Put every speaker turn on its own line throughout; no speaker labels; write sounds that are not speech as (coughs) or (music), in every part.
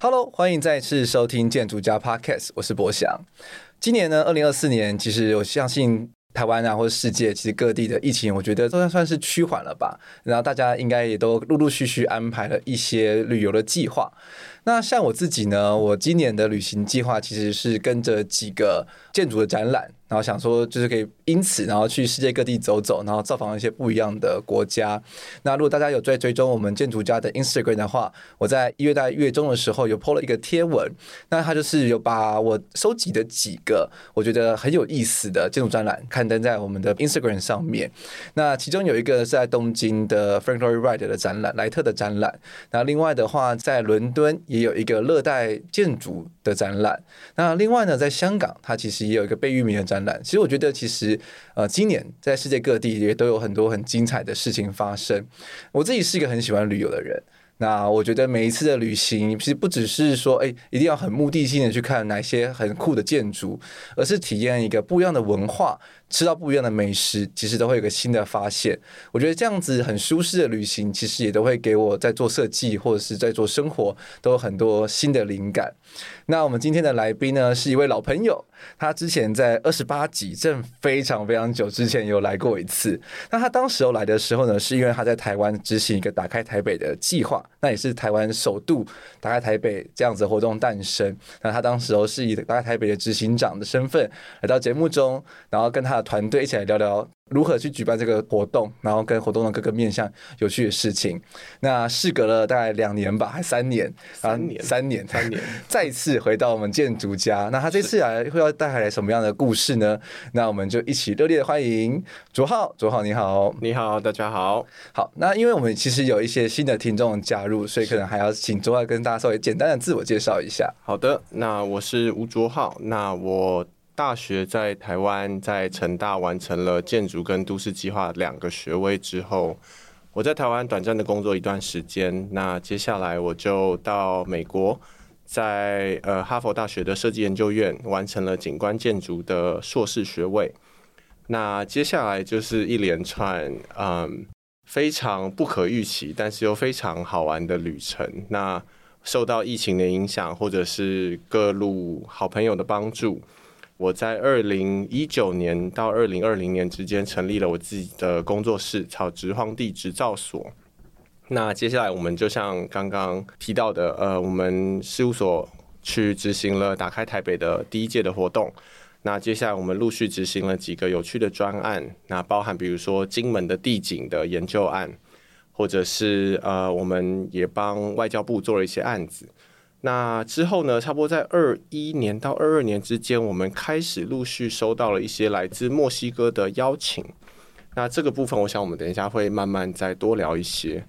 Hello，欢迎再次收听《建筑家 Podcast》，我是博翔。今年呢，二零二四年，其实我相信台湾啊，或者世界，其实各地的疫情，我觉得都算是趋缓了吧。然后大家应该也都陆陆续续安排了一些旅游的计划。那像我自己呢，我今年的旅行计划其实是跟着几个建筑的展览，然后想说就是可以因此然后去世界各地走走，然后造访一些不一样的国家。那如果大家有在追踪我们建筑家的 Instagram 的话，我在一月在月中的时候有 PO 了一个贴文，那它就是有把我收集的几个我觉得很有意思的建筑展览刊登在我们的 Instagram 上面。那其中有一个是在东京的 Frank Lloyd Wright 的展览，莱特的展览。那另外的话，在伦敦也有一个热带建筑的展览。那另外呢，在香港，它其实也有一个贝聿铭的展览。其实我觉得，其实呃，今年在世界各地也都有很多很精彩的事情发生。我自己是一个很喜欢旅游的人。那我觉得每一次的旅行，其实不只是说，哎，一定要很目的性的去看哪些很酷的建筑，而是体验一个不一样的文化，吃到不一样的美食，其实都会有个新的发现。我觉得这样子很舒适的旅行，其实也都会给我在做设计或者是在做生活都有很多新的灵感。那我们今天的来宾呢，是一位老朋友，他之前在二十八集，正非常非常久之前有来过一次。那他当时候来的时候呢，是因为他在台湾执行一个打开台北的计划，那也是台湾首度打开台北这样子的活动诞生。那他当时候是以打开台北的执行长的身份来到节目中，然后跟他的团队一起来聊聊如何去举办这个活动，然后跟活动的各个面向有趣的事情。那事隔了大概两年吧，还三年啊，
三年
三年，
三年
再次回到我们建筑家。那他这次来会要带来什么样的故事呢？那我们就一起热烈的欢迎卓浩，卓浩你好，
你好，大家好。
好。那因为我们其实有一些新的听众加入，所以可能还要请卓浩跟大家稍微简单的自我介绍一下。
好的，那我是吴卓浩。那我大学在台湾，在成大完成了建筑跟都市计划两个学位之后，我在台湾短暂的工作一段时间。那接下来我就到美国，在呃哈佛大学的设计研究院完成了景观建筑的硕士学位。那接下来就是一连串嗯非常不可预期，但是又非常好玩的旅程。那受到疫情的影响，或者是各路好朋友的帮助，我在二零一九年到二零二零年之间成立了我自己的工作室——草植荒地植造所。那接下来我们就像刚刚提到的，呃，我们事务所去执行了打开台北的第一届的活动。那接下来我们陆续执行了几个有趣的专案，那包含比如说金门的地景的研究案，或者是呃，我们也帮外交部做了一些案子。那之后呢，差不多在二一年到二二年之间，我们开始陆续收到了一些来自墨西哥的邀请。那这个部分，我想我们等一下会慢慢再多聊一些。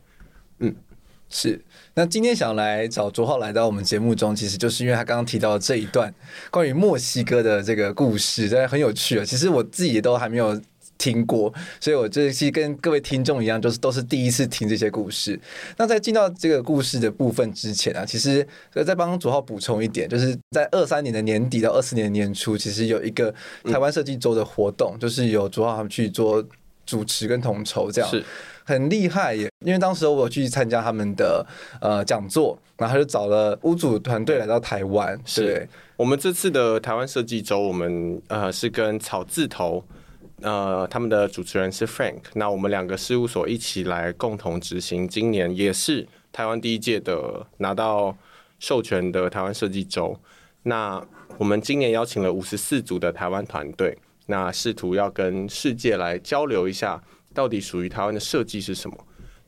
是，那今天想来找卓浩来到我们节目中，其实就是因为他刚刚提到这一段关于墨西哥的这个故事，真的很有趣啊。其实我自己也都还没有听过，所以我这期跟各位听众一样，就是都是第一次听这些故事。那在进到这个故事的部分之前啊，其实呃再帮卓浩补充一点，就是在二三年的年底到二四年的年初，其实有一个
嗯
台湾设计周的活动，就是有卓浩他们去做主持跟统筹这样。
是
很厉害耶！因为当时我有去参加他们的呃讲座，然后他就找了屋主团队来到台湾，
是
对，
我们这次的台湾设计周，我们呃是跟草字头，呃他们的主持人是 Frank，那我们两个事务所一起来共同执行，今年也是台湾第一届的拿到授权的台湾设计周。那我们今年邀请了五十四组的台湾团队，那试图要跟世界来交流一下，到底属于台湾的设计是什么。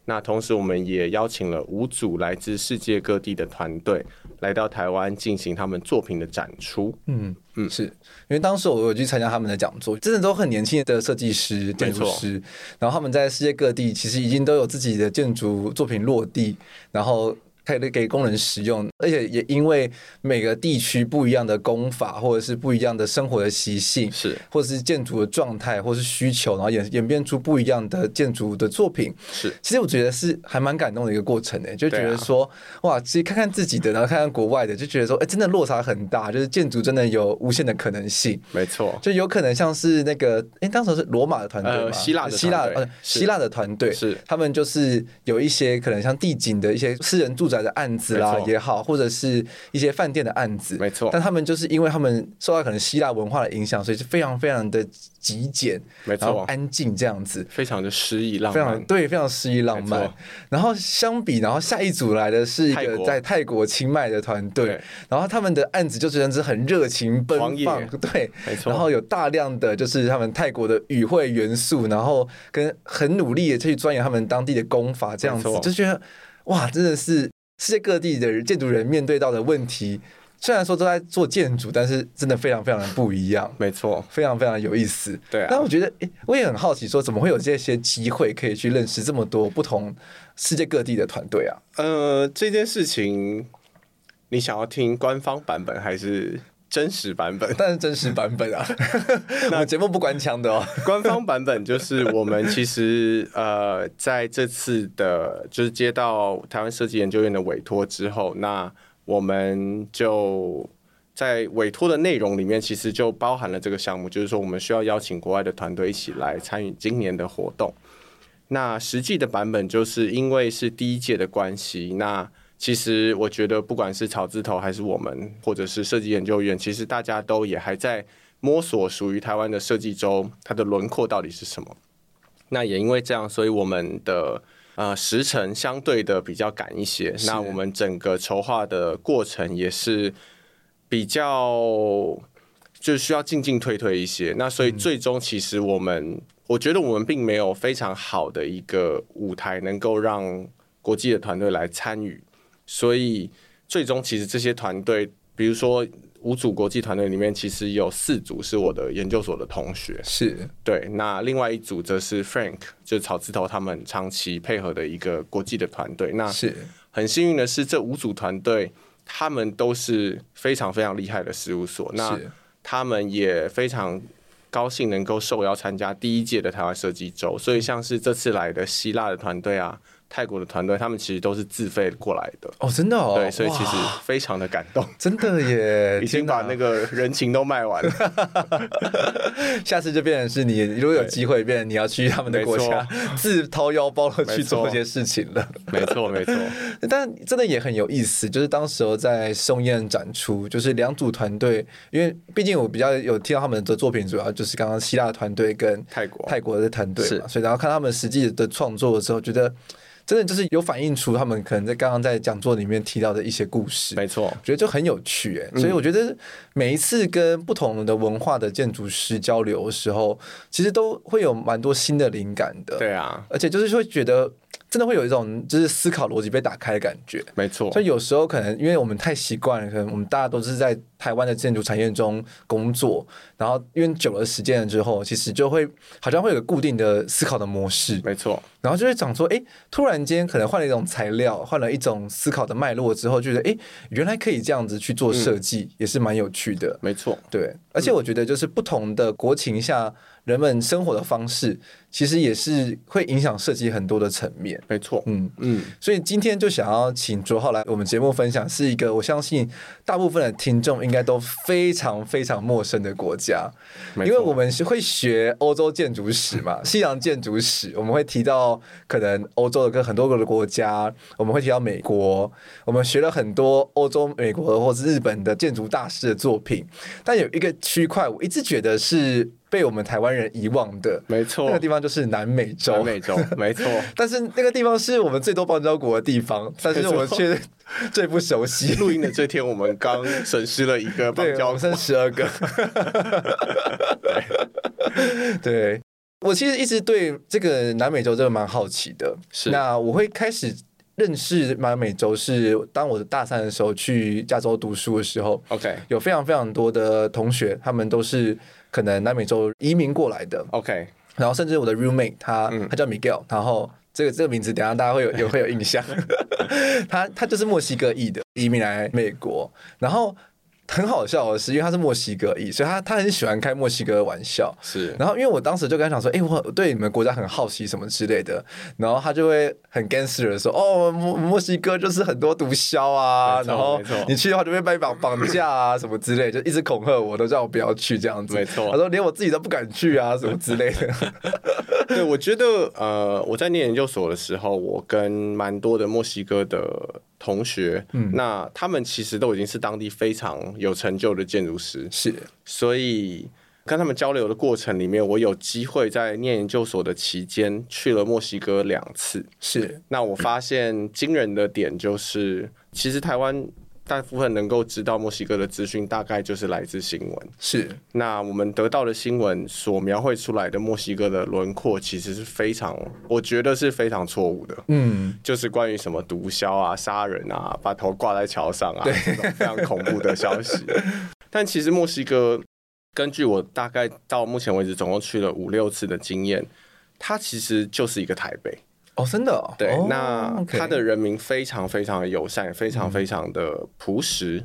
那同时，我们也邀请了五组来自世界各地的团队来到台湾进行他们作品的展出。
嗯嗯，
嗯
是因为当时我有去参加他们的讲座，真的都很年轻的设计师、建筑师，然后他们在世界各地其实已经都有自己的建筑作品落地，然后可以给工人使用，而且也因为每个地区不一样的工法，或者是不一样的生活的习性，
是
或者是建筑的状态，或是需求，然后演演变出不一样的建筑的作品。
是，
其实我觉得是还蛮感动的一个过程诶，就觉
对
得
啊
说、哇，其实看看自己的，然后看看国外的，就觉得说，哎、真的落差很大，就是建筑真的有无限的可能性。
没错，
就有可能像是那个，哎、当时是罗马的团队吗、
呃希腊的
希腊
团队
呃
是
希腊的团队
是
他们就是有一些可能像地景的一些私人住宅的案子啦
没错
也好，或者是一些饭店的案子，
没错
但他们就是因为他们受到可能希腊文化的影响，所以是非常非常的极简，
没错
然后安静这样子。
非常的诗意浪
非常
漫。
对，非常诗意浪
没
漫
错。
然后相比，然后下一组来的是一
泰
个
国
在泰国清迈的团队
对，
然后他们的案子就真的是很热情奔
狂野
放，对，
没错
然后有大量的就是他们泰国的语汇元素，然后跟很努力的去钻研他们当地的功法，这样子
没错
就觉得哇，真的是世界各地的建筑人面对到的问题，虽然说都在做建筑，但是真的非常非常的不一样。
没错，
非常非常有意思。
对啊
但我觉得，诶我也很好奇，说怎么会有这些机会可以去认识这么多不同世界各地的团队啊？
呃，这件事情你想要听官方版本还是真实版本？
但是真实版本
(laughs)
啊，我们节目不关腔的哦。
官方版本就是我们其实呃，在这次的，就是接到台湾设计研究院的委托之后，那我们就在委托的内容里面，其实就包含了这个项目，就是说我们需要邀请国外的团队一起来参与今年的活动。那实际的版本就是因为是第一届的关系，那其实我觉得不管是草字头还是我们，或者是设计研究院，其实大家都也还在摸索属于台湾的设计周它的轮廓到底是什么。那也因为这样，所以我们的呃时程相对的比较赶一些。那我们整个筹划的过程也是比较就需要进进退退一些。那
嗯
所以最终其实我们，我觉得我们并没有非常好的一个舞台能够让国际的团队来参与，所以最终其实这些团队，比如说。五组国际团队里面，其实有四组是我的研究所的同学，
是
对，那另外一组则是 Frank，就是草字头他们长期配合的一个国际的团队。那
是，
很幸运的是，这五组团队他们都是非常非常厉害的事务所，那
是
他们也非常高兴能够受邀参加第一届的台湾设计周。所以像是这次来的希腊的团队啊，泰国的团队，他们其实都是自费过来的。
哦，真的哦，
对，所以其实
哇
非常的感动，
真的耶，
(laughs) 已经把
天哪
那个人情都卖完了。
下次就变成是你，如果有机会，变成你要去他们的国家自掏腰包的去
没错
做一些事情了。
没错，没错，
(laughs) 但真的也很有意思，就是当时候在松燕展出，就是两组团队，因为毕竟我比较有听到他们的作品，主要就是刚刚希腊的团队跟
泰国
泰国的团队嘛，
是
所以然后看他们实际的创作的时候，觉得真的就是有反映出他们可能在刚刚在讲座里面提到的一些故事。
没错。
我觉得就很有趣
嗯
哎、所以我觉得每一次跟不同的文化的建筑师交流的时候，其实都会有蛮多新的灵感的。
对啊，
而且就是会觉得真的会有一种就是思考逻辑被打开的感觉。
没错。
所以有时候可能因为我们太习惯了，可能我们大家都是在台湾的建筑产业中工作，然后因为久了时间了之后，其实就会好像会有个固定的思考的模式，
没错，
然后就会讲说，哎，突然间可能换了一种材料，换了一种思考的脉络之后，觉得哎，诶原来可以这样子去做设计，也是蛮有趣的。
没错，
对，而且我觉得就是不同的国情下，人们生活的方式，其实也是会影响设计很多的层面。
没错。
嗯，
嗯，
所以今天就想要请卓浩来我们节目分享，是一个我相信大部分的听众应该都非常非常陌生的国家，因
没错 (laughs)
为我们是会学欧洲建筑史嘛，西洋建筑史，我们会提到到可能欧洲的跟很多个的国家，我们会提到美国，我们学了很多欧洲、美国或是日本的建筑大师的作品，但有一个区块，我一直觉得是被我们台湾人遗忘的，
没错
那个地方就是南美洲。
南美洲，没错，
但是那个地方是我们最多邦交国的地方，但是我们却 (laughs) 最不熟悉。
录音的这天，我们刚损失了一个邦
对，我
交
们，剩十二个。对，我其实一直对这个南美洲真的蛮好奇的。
是
那我会开始认识南美洲是当我大三的时候去加州读书的时候，
OK
有非常非常多的同学，他们都是可能南美洲移民过来的。
OK，
然后甚至我的 roommate 他、
嗯
他叫 Miguel，然后这个这个名字等一下大家会
(laughs)
有也会有印象， (laughs) 他他就是墨西哥裔的移民来美国，然后很好笑的是，因为他是墨西哥裔，所以他他很喜欢开墨西哥的玩笑。
是
然后，因为我当时就跟他讲说，哎、我对你们国家很好奇什么之类的，然后他就会很 gangster 的说，哦，墨墨西哥就是很多毒枭啊，
没错
然后
没错
你去的话就被被绑绑架啊什么之类，就一直恐吓我，都叫我不要去这样子。
没错
他说连我自己都不敢去啊什么之类的。
对，我觉得呃，我在念研究所的时候，我跟蛮多的墨西哥的同学，嗯，那他们其实都已经是当地非常有成就的建筑师，
是，
所以跟他们交流的过程里面，我有机会在念研究所的期间去了墨西哥两次。
是
那我发现惊人的点就是，其实台湾大部分能够知道墨西哥的资讯，大概就是来自新闻。
是
那我们得到的新闻所描绘出来的墨西哥的轮廓，其实是非常，我觉得是非常错误的。
嗯，
就是关于什么毒枭啊、杀人啊、把头挂在桥上啊，这种非常恐怖的消息。但其实墨西哥，根据我大概到目前为止总共去了五六次的经验，它其实就是一个台北。
哦，真的、哦，
对，
哦
那
OK 嗯
他的人民非常非常的友善，非常非常的朴实。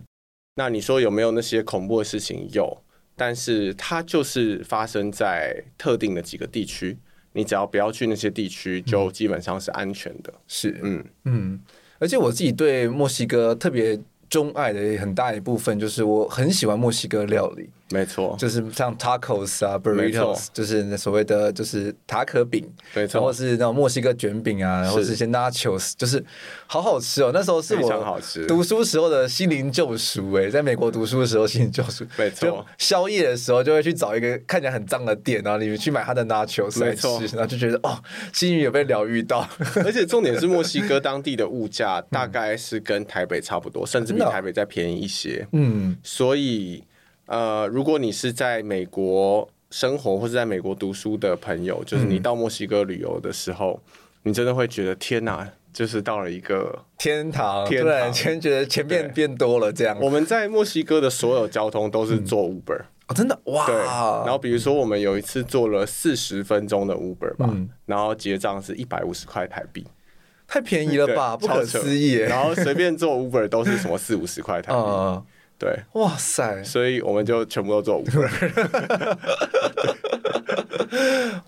那你说有没有那些恐怖的事情？有，但是它就是发生在特定的几个地区，你只要不要去那些地区，
嗯
就基本上是安全的。
是
嗯，
嗯，而且我自己对墨西哥特别钟爱的很大一部分就是我很喜欢墨西哥料理，
没错，
就是像 tacos 啊
哦没错
，burritos，就是那所谓的就是塔可饼，
没
然后
错，
是那种墨西哥卷饼啊，然后是一些 nachos，就是好好吃哦。那时候是
非常
我
好吃
读书时候的心灵救赎哎、在美国读书的时候心灵救赎，
没错
就宵夜的时候就会去找一个看起来很脏的店，然后你去买他的 nachos 来
没
吃
错，
然后就觉得哦，心灵有被疗愈
(laughs)
到。
而且重点是墨西哥当地的物价大概是跟台北差不多，甚至比
真的哦
台北再便宜一些。
嗯，
所以，呃，如果你是在美国生活或是在美国读书的朋友，就是
嗯
你到墨西哥旅游的时候，你真的会觉得天哪，就是到了一个
天堂，
天堂
突然间觉得钱变
对
变多了这样。
我们在墨西哥的所有交通都是坐 Uber，、
哦，真的哇！
对。
啊
然后比如说我们有一次坐了四十分钟的 Uber 吧，
嗯
然后结账是一百五十块台币，
太便宜了
对
吧，不可
超扯
思议耶。
然后随便坐 Uber 都是什么四五十块
(laughs)
台币，
呃，
对。
哇塞，
所以我们就全部都坐 Uber，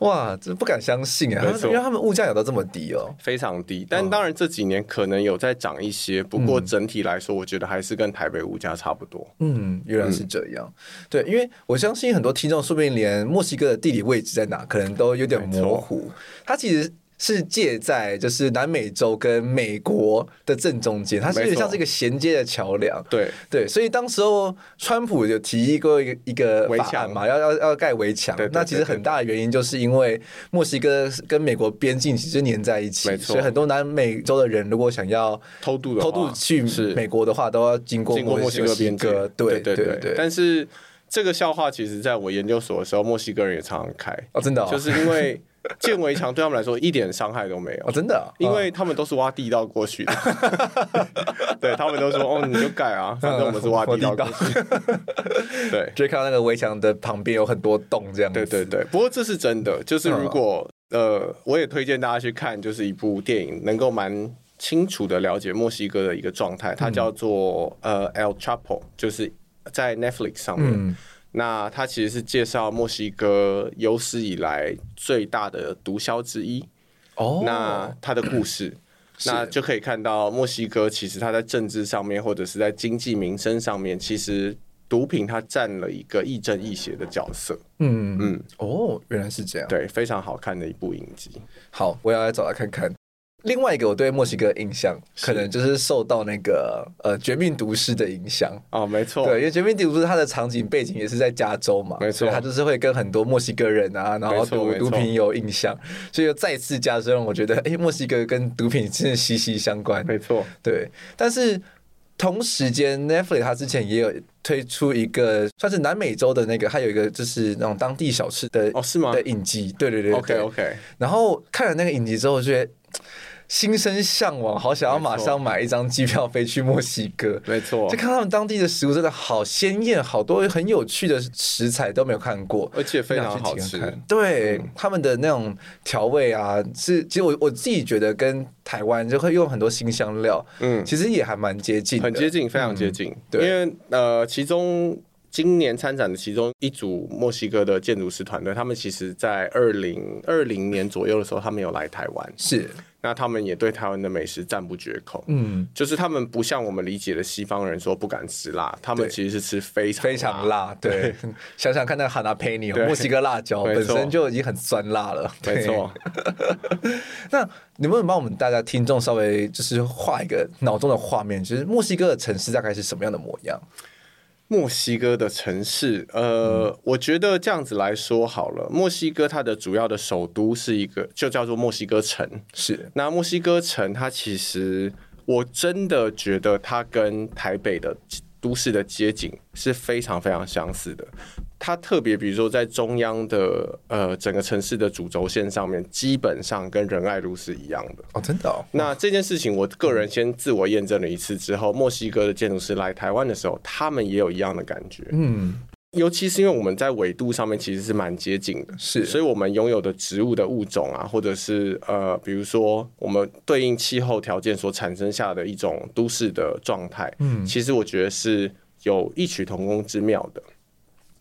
哇，这不敢相信啊！他
没
们
错
因为他们物价有到这么低哦。
非常低。但当然这几年可能有在涨一些，不过整体来说，我觉得还是跟台北物价差不多。
嗯，原来是这样。对，因为我相信很多听众，说不定连墨西哥的地理位置在哪，可能都有点模糊。它其实是介在就是南美洲跟美国的正中间，它是有点
没错
像是一个衔接的桥梁。
对，
对，所以当时候川普有提议过一个一个
围
法案
墙
嘛，要要要盖围墙
对。对
那其实
对对
很大的原因就是因为墨西哥跟美国边境其实粘在一起，
没错
所以很多南美洲的人如果想要
偷渡的话
偷渡去
是
美国的话，都要经过
经过墨西哥边界
墨西哥。对
对
对
对。但是这个笑话其实在我研究所的时候，墨西哥人也常常开，
哦，真的哦，
就是因为建围墙对他们来说一点伤害都没有
哦，。真的哦，
因
哦
为他们都是挖地道过 (laughs) 去的，对他们都说哦，你就盖啊，反正我们是
哦
(laughs) 挖地道过去。
(laughs)
对，
就会看到那个围墙的旁边有很多洞这样子。嗯
对对对，不过这是真的，就是如果、呃，我也推荐大家去看，就是一部电影，能够蛮清楚的了解墨西哥的一个状态，它叫做、呃《El Chapo》，就是在 Netflix 上面。
嗯
那它其实是介绍墨西哥有史以来最大的毒枭之一，
哦，
那它的
(coughs)
故事。那就可以看到，墨西哥其实它在政治上面，或者是在经济民生上面，其实毒品它占了一个亦正亦邪的角色，
嗯嗯，
嗯，
哦，原来是这样。
对，非常好看的一部影集。
好，我要来找来看看。另外一个我对墨西哥的印象，
是
可能就是受到那个呃《绝命毒师》的影响。
哦，没错，
对，因为《绝命毒师》它的场景背景也是在加州嘛，
没错
所以它就是会跟很多墨西哥人啊，然后
没错
毒
没
毒
错
品有印象，所以又再次加深了我觉得，哎，墨西哥跟毒品真的息息相关。
没错，
对，但是同时间 Netflix 它之前也有推出一个算是南美洲的那个，它有一个就是那种当地小吃的
哦，是吗
的影集，对对对对
？OK OK，
然后看了那个影集之后，觉得心生向往，好想要马上买一张机票飞去墨西哥。
没错
就。看他们当地的食物真的好鲜艳，好多很有趣的食材都没有看过，
而且非常好
想去体啊
吃嗯
验，看对、他们的那种调味啊，是其实我我自己觉得跟台湾就会用很多新香料，
嗯，
其实也还蛮接近的，
很接近，非常接近。
嗯对
因为呃，其中今年参展的其中一组墨西哥的建筑师团队，他们其实在二零二零年左右的时候，他们有来台湾，
是，
那他们也对台湾的美食赞不绝口。
嗯，
就是他们不像我们理解的西方人说不敢吃辣，他们
对
其实是吃非常
非常。辣，对， (laughs) 想想看那个哈纳佩尼
对
墨西哥辣椒
没
本
错
身就已经很酸辣了，对
没错，
那你们帮我们大家听众稍微就是画一个脑中的画面，就是墨西哥的城市大概是什么样的模样？
墨西哥的城市，呃，我觉得这样子来说好了，墨西哥它的主要的首都是一个，就叫做墨西哥城。
是
那墨西哥城，它其实我真的觉得它跟台北的都市的街景是非常非常相似的。它特别，比如说在中央的呃整个城市的主轴线上面，基本上跟仁爱路是一样的。
哦，真的哦，
那这件事情，我个人先自我验证了一次之后，墨西哥的建筑师来台湾的时候，他们也有一样的感觉。
嗯，
尤其是因为我们在纬度上面其实是蛮接近的，
是
所以我们拥有的植物的物种啊，或者是呃，比如说我们对应气候条件所产生下的一种都市的状态，
嗯
其实我觉得是有异曲同工之妙的。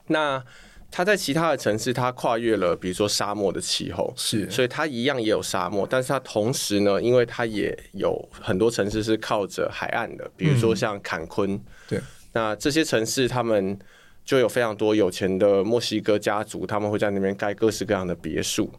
那它在其他的城市，它跨越了比如说沙漠的气候，
是
所以它一样也有沙漠，但是它同时呢，因为它也有很多城市是靠着海岸的，比如
嗯
说像坎昆，
对，
那这些城市他们就有非常多有钱的墨西哥家族，他们会在那边盖各式各样的别墅。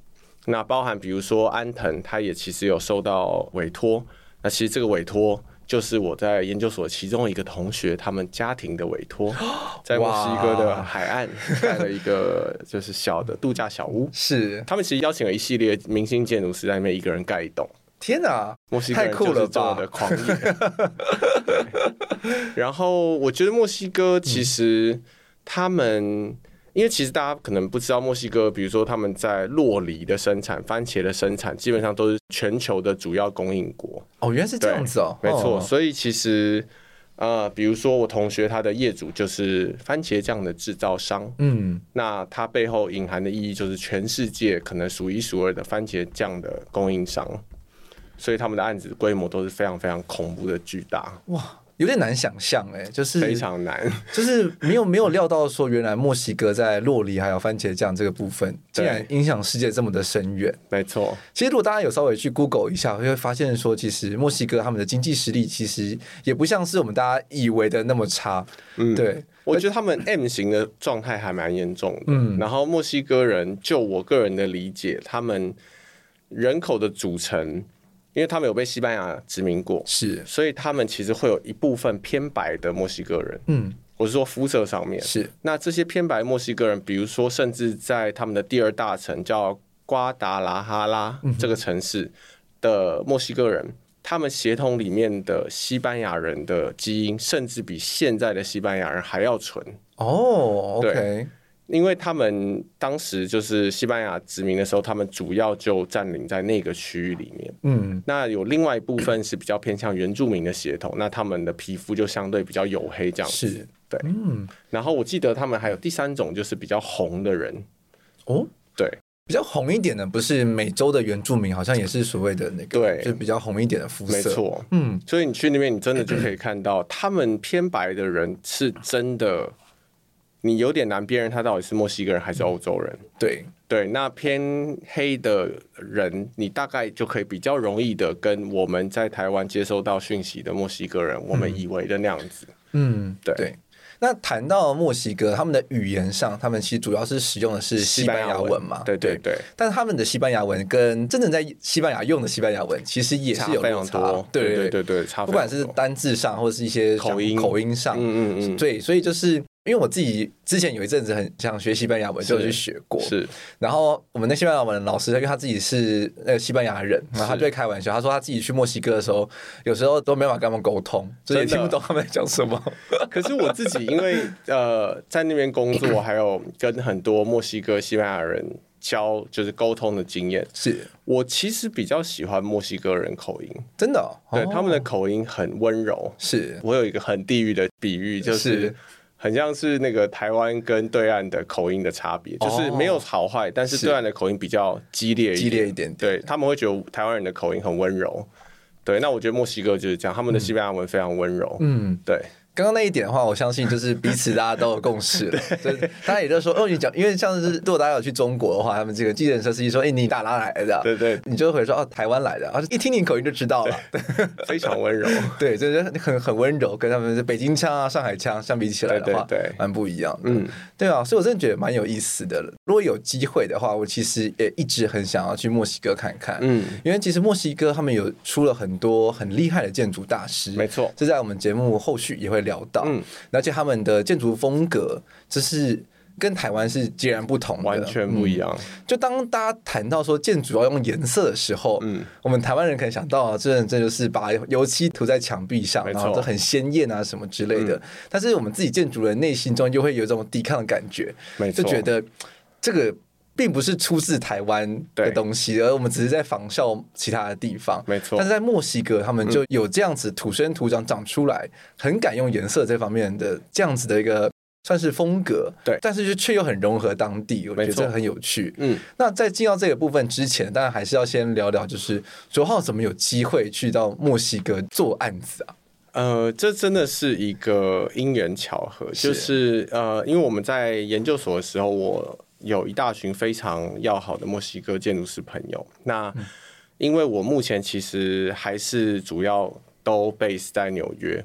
那包含比如说安藤，他也其实有受到委托，那其实这个委托。就是我在研究所其中一个同学，他们家庭的委托，在墨西哥的海岸盖了一个就是小的度假小屋，
是，
他们其实邀请了一系列明星建筑师在那边一个人盖一栋，
天哪，
墨西哥
太
人
酷
就
了
是这么
吧
的！狂野。 (laughs) 对然后我觉得墨西哥其实他们，因为其实大家可能不知道墨西哥，比如说他们在洛梨的生产、番茄的生产，基本上都是全球的主要供应国。
哦，原来是这
对
样子哦，
没错。
哦
所以其实呃，比如说我同学他的业主就是番茄酱的制造商，
嗯，
那它背后隐含的意义就是全世界可能数一数二的番茄酱的供应商，所以他们的案子规模都是非常非常恐怖的巨大，
哇，有点难想象哎，就是
非常难。
就是没有没有料到说，原来墨西哥在洛梨还有番茄酱这个部分，竟然影响世界这么的深远。
没错，
其实如果大家有稍微去 Google 一下，会发现说，其实墨西哥他们的经济实力其实也不像是我们大家以为的那么差。
嗯，。
对，
我觉得他们 M 型的状态还蛮严重的，
嗯
然后墨西哥人，就我个人的理解，他们人口的组成，因为他们有被西班牙殖民过，
是，
所以他们其实会有一部分偏白的墨西哥人，
嗯，
我是说肤色上面，
是
那这些偏白墨西哥人，比如说，甚至在他们的第二大城叫瓜达拉哈拉这个城市的墨西哥人，他们血统里面的西班牙人的基因，甚至比现在的西班牙人还要纯。
哦
对
，OK，
因为他们当时就是西班牙殖民的时候，他们主要就占领在那个区域里面。
嗯，
那有另外一部分是比较偏向原住民的血统，那他们的皮肤就相对比较黝黑这样子。
是，
对
嗯，
然后我记得他们还有第三种，就是比较红的人，
哦，
对，
比较红一点的，不是美洲的原住民，好像也是所谓的那个，
对
就是比较红一点的肤色，
没，错。
嗯，
所以你去那边，你真的就可以看 (clears throat) 到，他们偏白的人是真的，你有点难辨认他到底是墨西哥人还是欧洲人。
对，
对，那偏黑的人，你大概就可以比较容易的跟我们嗯在台湾接收到讯息的墨西哥人，我们以为的那样子。
嗯，
对
对。那谈到墨西哥，他们的语言上，他们其实主要是使用的是西班牙文嘛，
对对对，
但是他们的西班牙文跟真正在西班牙用的西班牙文，其实也是
差
有
非
落
常
差
多，，
对
对对对，差非常多
不管是单字上，或者是一些
口音
口音上，
嗯嗯嗯，
对，所以就是因为我自己之前有一阵子很想学西班牙文，就有去学过。
是
然后我们的西班牙文老师，因为他自己是那个西班牙人，然后他
是
就会开玩笑，他说他自己去墨西哥的时候，有时候都没办法跟他们沟通，所以也
真的
听不懂他们在讲什么。
(laughs) 可是我自己因为呃在那边工 (clears throat) 作，还有跟很多墨西哥、西班牙人交就是沟通的经验，
是
我其实比较喜欢墨西哥人口音，
(laughs) 真的、哦，
对、
哦
他们的口音很温柔。
是
我有一个很地域的比喻，就是是。很像是那个台湾跟对岸的口音的差别，就是没有好坏，但是
哦是
对岸的口音比较激烈一
激
点，
烈一点点
对他们会觉得台湾人的口音很温柔，对，那我觉得墨西哥就是这样，他们的西班牙文非常温柔，
嗯，
对，
刚刚那一点的话，我相信就是彼此大家都有共识
(laughs)
了，就是大家也都说，哦，你讲，因为像是如果大家有去中国的话，他们这个计程车司机说，哎、你打哪来的？
对对
你就会说，哦，台湾来的，啊，一听你口音就知道了。
非常温柔。
(laughs) 对，啊就是很很温柔，跟他们的北京腔啊、上海腔相比起来的话，
对对对
蛮不一样的。
嗯，
对啊，所以我真的觉得蛮有意思的了。如果有机会的话，我其实也一直很想要去墨西哥看看。
嗯，
因为其实墨西哥他们有出了很多很厉害的建筑大师，
没错
这在我们节目后续也会聊到。
嗯，
而且他们的建筑风格，就是跟台湾是截然不同的，
完全不一样。
就当大家谈到说建筑要用颜色的时候，嗯
嗯，
我们台湾人可能想到啊，这这就是把油漆涂在墙壁上，
没
然
错嗯
后都很鲜艳啊什么之类的。但是我们自己建筑人内心中就会有这种抵抗的感觉，
没
就
错
觉得这个并不是出自台湾的
对
东西，而我们只是在仿效其他的地方。
没错
但是在墨西哥，他们
嗯
就有这样子土生土长长出来，很敢用颜色这方面的这样子的一个。算是风格，
对
但是就却又很融合当地，我觉
没
得
错
这很有趣。
嗯，
那在进到这个部分之前，当然还是要先聊聊，就是卓浩怎么有机会去到墨西哥做案子啊？
呃，这真的是一个因缘巧合，
是
就是呃，因为我们在研究所的时候，我有一大群非常要好的墨西哥建筑师朋友。那因为我目前其实还是主要都 base 在纽约，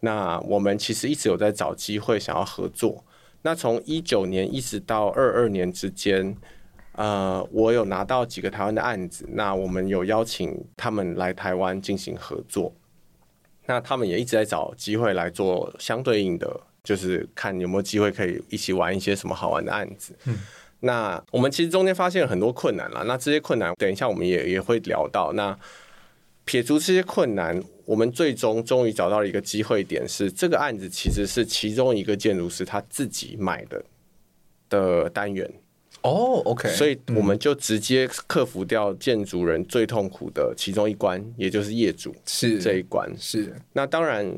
那我们其实一直有在找机会想要合作。那从一九年一直到二二年之间，呃，我有拿到几个台湾的案子，那我们有邀请他们来台湾进行合作。那他们也一直在找机会来做相对应的，就是看有没有机会可以一起玩一些什么好玩的案子。嗯，那我们其实中间发现了很多困难啦，那这些困难等一下我们也也会聊到。那撇除这些困难，我们最终终于找到了一个机会点是，这个案子其实是其中一个建筑师他自己买的的单元。
哦，OK，
所以我们就直接克服掉建筑人最痛苦的其中一关，也就是业主
是
这一关。
是
那当然，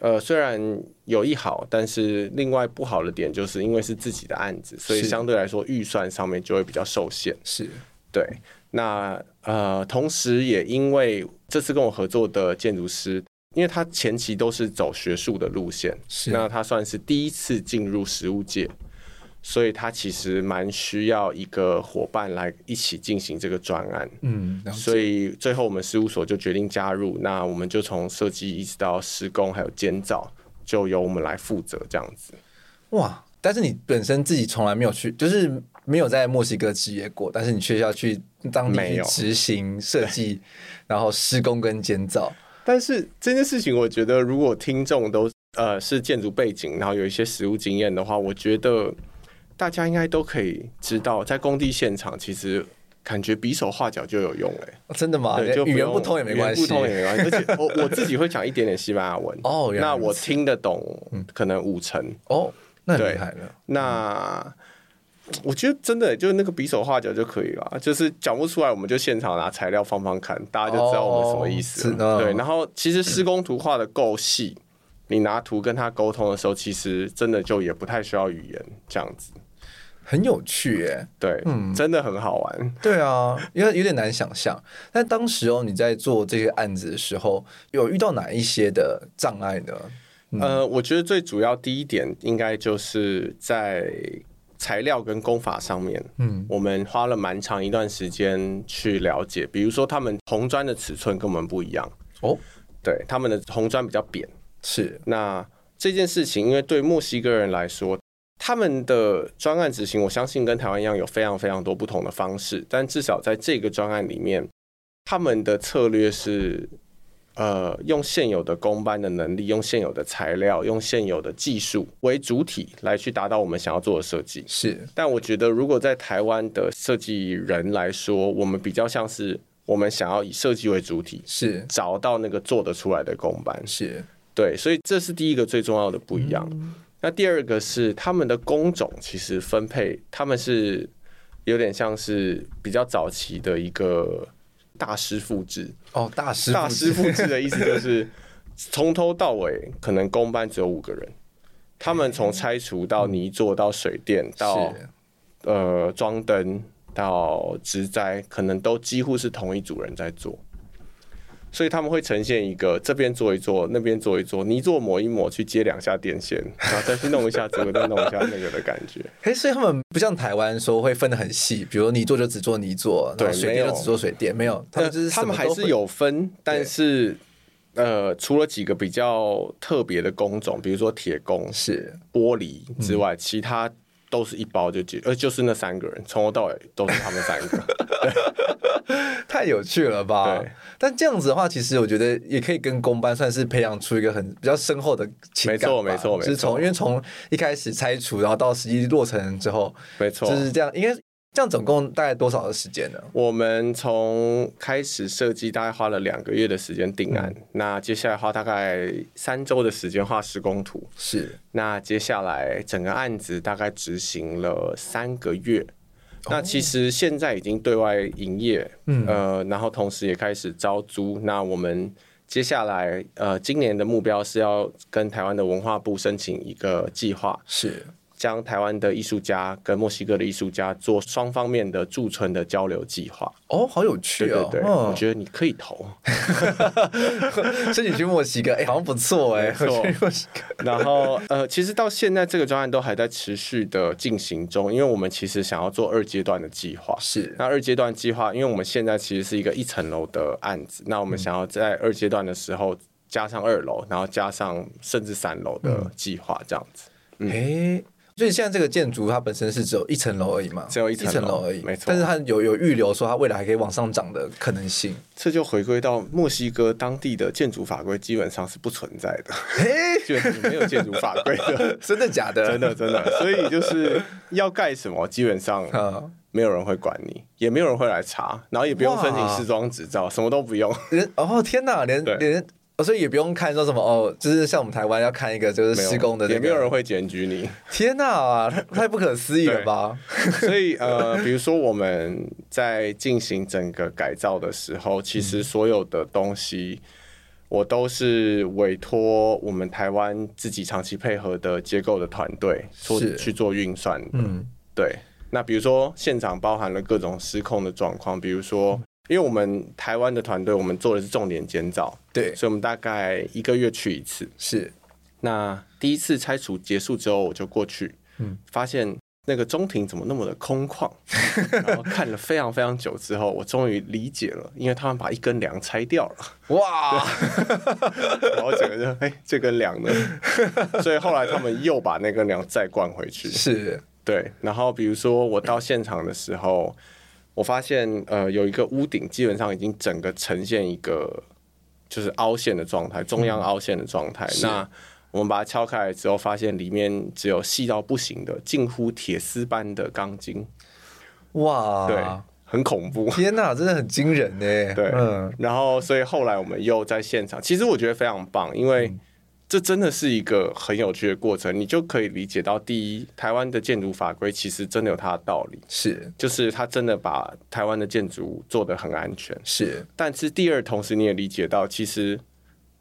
呃，虽然有一好，但是另外不好的点就是因为是自己的案子，所以
是
相对来说预算上面就会比较受限。
是
对，那呃，同时也因为这次跟我合作的建筑师，因为他前期都是走学术的路线，
是
那他算是第一次进入实务界，所以他其实蛮需要一个伙伴来一起进行这个专案。
嗯，了解
所以最后我们事务所就决定加入，那我们就从设计一直到施工还有监造，就由我们来负责这样子。
哇！但是你本身自己从来没有去，就是没有在墨西哥职业过，但是你却要去当地
没
去
有
执行设计，然后施工跟建造，
但是这件事情，我觉得如果听众都呃是建筑背景，然后有一些实务经验的话，我觉得大家应该都可以知道，在工地现场其实感觉比手画脚就有用哎、
哦真的吗？
对，就
语言
用
不通也没关系，
语言不通也没关系。而且我我自己会讲一点点西班牙 (laughs) 文
哦原来
那
如
我
此
听得懂可能五成。
哦，那很
对
厉害了，
那我觉得真的就是那个比手画脚就可以了，就是讲不出来，我们就现场拿材料放放看，大家就知道我们什么意思
哦是的
了。对，然后其实施工图画的够细，你拿图跟他沟通的时候，其实真的就也不太需要语言这样子。
很有趣耶、
对，
嗯
真的很好玩。
对啊，因为有点难想象。但当时哦，你在做这个案子的时候，有遇到哪一些的障碍呢？嗯
呃，我觉得最主要第一点应该就是在材料跟工法上面，
嗯，
我们花了蛮长一段时间去了解，比如说他们红砖的尺寸跟我们不一样，
哦，
对，他们的红砖比较扁，
是
那这件事情，因为对墨西哥人来说，他们的专案执行，我相信跟台湾一样有非常非常多不同的方式，但至少在这个专案里面，他们的策略是。呃，用现有的公班的能力，用现有的材料，用现有的技术为主体来去达到我们想要做的设计。
是
但我觉得，如果在台湾的设计人来说，我们比较像是我们想要以设计为主体，
是
找到那个做得出来的公班。
是
对，所以这是第一个最重要的不一样。
嗯
那第二个是他们的工种其实分配，他们是有点像是比较早期的一个大师傅制。
哦，大师
大师傅制的意思就是从头到尾可能工班只有五个人，他们从拆除到泥做到水电到
是
呃装灯到植栽，可能都几乎是同一组人在做。所以他们会呈现一个这边做一做，那边做一做，泥做抹一抹，去接两下电线， (laughs) 然后再去弄一下这个，再弄一下那个的感觉。
哎，所以他们不像台湾说会分得很细，比如泥做就只做泥做，然后
对
水
没
电
有
就只做水电，没有，他
呃
们就是
(laughs) 他
什
们
么
还
都
是
会
有分，
对
但是呃，除了几个比较特别的工种，比如说铁工、
是
玻璃之外，其他都是一包就解，呃，就是那三个人，从头到尾都是他们三 (laughs) 个。
太有趣了吧
对？
但这样子的话，其实我觉得也可以跟工班算是培养出一个很比较深厚的情感吧，
没错没错没错
就是从因为从一开始拆除，然后到实际落成之后，
没错，
就是这样，应该这样总共大概多少的时间呢？
我们从开始设计大概花了两个月的时间定案，那接下来花大概三周的时间画施工图，
是
那接下来整个案子大概执行了三个月。那其实现在已经对外营业，
嗯
呃，然后同时也开始招租。那我们接下来，呃，今年的目标是要跟台湾的文化部申请一个计划，
是
将台湾的艺术家跟墨西哥的艺术家做双方面的驻村的交流计划。
哦，好有趣
对对
哦！
对，我觉得你可以投。 (laughs)
得所以你去墨西哥，哎、好像不错哎、
没
(laughs)
错
我去墨西哥
然后呃，其实到现在这个专案都还在持续的进行中，因为我们其实想要做二阶段的计划。
是
那二阶段计划，因为我们现在其实是一个一层楼的案子，那我们想要在二阶段的时候加上二楼，然后加上甚至三楼的计划，这样子。
哎、所以现在这个建筑它本身是只有一层楼而已嘛，
只有
一
一层楼
楼而已，
没错
但是它有有预留说它未来还可以往上涨的可能
(laughs)
性。
这就回归到墨西哥当地的建筑法规基本上是不存在的， (laughs)
哎、
就是没有建筑法规的， (laughs)
真的假的？
真的真的。所以就是要盖什么，基本上
(laughs) 啊！
没有人会管你，也没有人会来查，然后也不用申请
哇
试装执照，什么都不用。
连哦天哪，连
对
连、哦，所以也不用看说什么哦，就是像我们台湾要看一个就是
没有
(laughs) 施工的、那个
也没有人会检举
(laughs)
你。
天哪、啊，太太不可思议了
对
吧？
所以呃，比如说我们在进行整个改造的时
嗯
候，其实所有的东西。我都是委托我们台湾自己长期配合的结构的团队做
是
去做运算的。
嗯，
对，那比如说现场包含了各种失控的状况，比如说，因为我们台湾的团队，我们做的是重点监造，
对，
所以我们大概一个月去一次。
是
那第一次拆除结束之后，我就过去，
嗯
发现那个中庭怎么那么的空旷，然后看了非常非常久之后，我终于理解了，因为他们把一根梁拆掉了，
哇，
然后整个就哎、这根梁呢， (laughs) 所以后来他们又把那根梁再灌回
(laughs)
去，
是
对，然后比如说我到现场的时候，我发现呃有一个屋顶基本上已经整个呈现一个就是凹陷的状态，中央凹陷的状态。
是
那我们把它敲开来之后，发现里面只有细到不行的近乎铁丝般的钢筋，
哇，
对，很
(laughs)
恐怖。
天哪，真的很惊人呢。
对，
嗯，
然后所以后来我们又在现场，其实我觉得非常棒，因为这真的是一个很有趣的过程，你就可以理解到，第一，台湾的建筑法规其实真的有它的道理，
是
就是他真的把台湾的建筑做得很安全。
是
但是第二，同时你也理解到，其实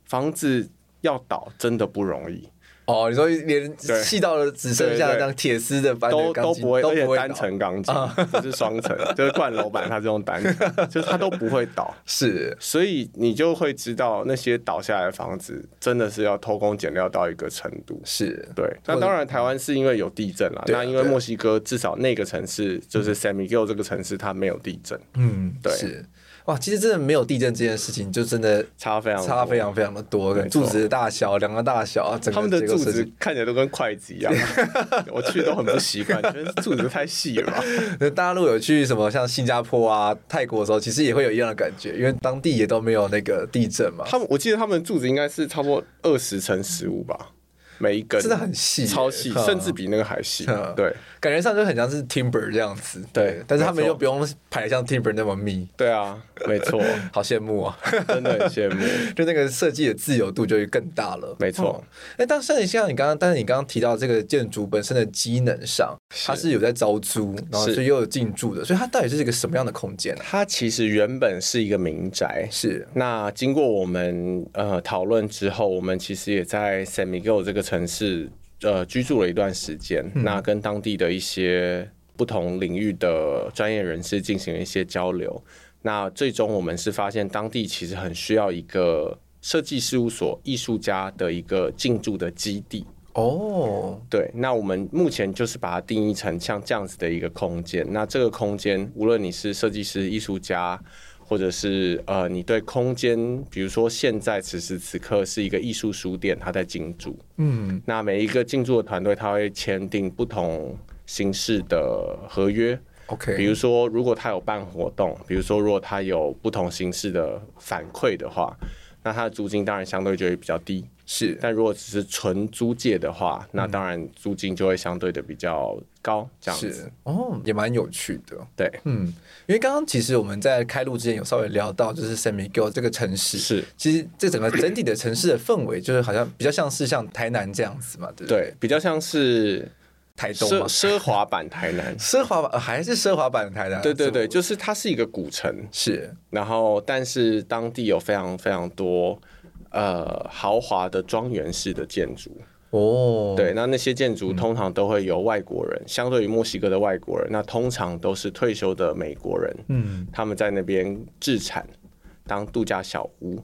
房子要倒真的不容易，
哦，你说连
对
细到了只剩下
对对
像铁丝的般
都
的啊钢
都
筋
不会，
都
而且
不会
单
倒啊
层钢筋不是双层，
(laughs)
就是灌楼板它是用单层， (laughs) 就是它都不会倒。
是
所以你就会知道那些倒下来的房子真的是要偷工减料到一个程度。
是
对，那当然台湾是因为有地震啦，
对啊
那因为
对啊
墨西哥至少那个城市就是 San Miguel 这个城市它没有地震。
嗯
对
是。哇，其实真的没有地震这件事情，就真的
差非常多
差非常非常的多，
没错
柱子的大小、梁的大小，整
他们
个
的
结构
柱
设
子
计，
看起来都跟筷子一样， (laughs) 我去都很不习惯，觉得柱子太细了吧。
那大家如果有去什么像新加坡啊、泰国的时候，其实也会有一样的感觉，因为当地也都没有那个地震嘛，
他们我记得他们的柱子应该是差不多二十乘十五吧，每一根
真的很细
超细，
嗯
甚至比那个还细
嗯。
对
感觉上就很像是 timber 这样子。
对
但是他们
没错
又不用排得像 timber 那么密，
对啊，没错，
好羡慕啊！
真的很羡
(laughs)
慕。
就那个设计的自由度就会更大了。
没错
嗯。哎、但是像你刚刚，但是你刚刚提到这个建筑本身的机能上，它是有在招租，然后
是
所以又有进驻的，所以它到底是一个什么样的空间呢、
它其实原本是一个民宅，
是
那经过我们呃讨论之后，我们其实也在 San Miguel 这个城市呃居住了一段时间，那跟当地的一些不同领域的专业人士进行了一些交流。那最终我们是发现当地其实很需要一个设计事务所、艺术家的一个进驻的基地。
哦，
对，那我们目前就是把它定义成像这样子的一个空间。那这个空间，无论你是设计师、艺术家，或者是呃，你对空间，比如说现在此时此刻是一个艺术书店，它在进驻。
嗯，
那每一个进驻的团队，它会签订不同形式的合约。
OK
比如说，如果他有办活动，比如说如果他有不同形式的反馈的话，那他的租金当然相对就会比较低。
是
但如果只是纯租借的话，那当然租金就会相对的比较高，这样子
是。哦，也蛮有趣的。
对，
嗯，因为刚刚其实我们在开录之前有稍微聊到，就是 San Miguel 这个城市，
是
其实这整个整体的城市的氛围，就是好像比较像是像台南这样子嘛，对不对？
对，比较像是
台东
奢
嘛，。
(laughs) 奢华版台南
奢华版、呃还是奢华版的台南？
对对对，
是不
就是它是一个古城，
是
然后但是当地有非常非常多呃豪华的庄园式的建筑。
哦，
对，那那些建筑通常都会由外国人，相对于墨西哥的外国人，那通常都是退休的美国人，
嗯，
他们在那边置产当度假小屋。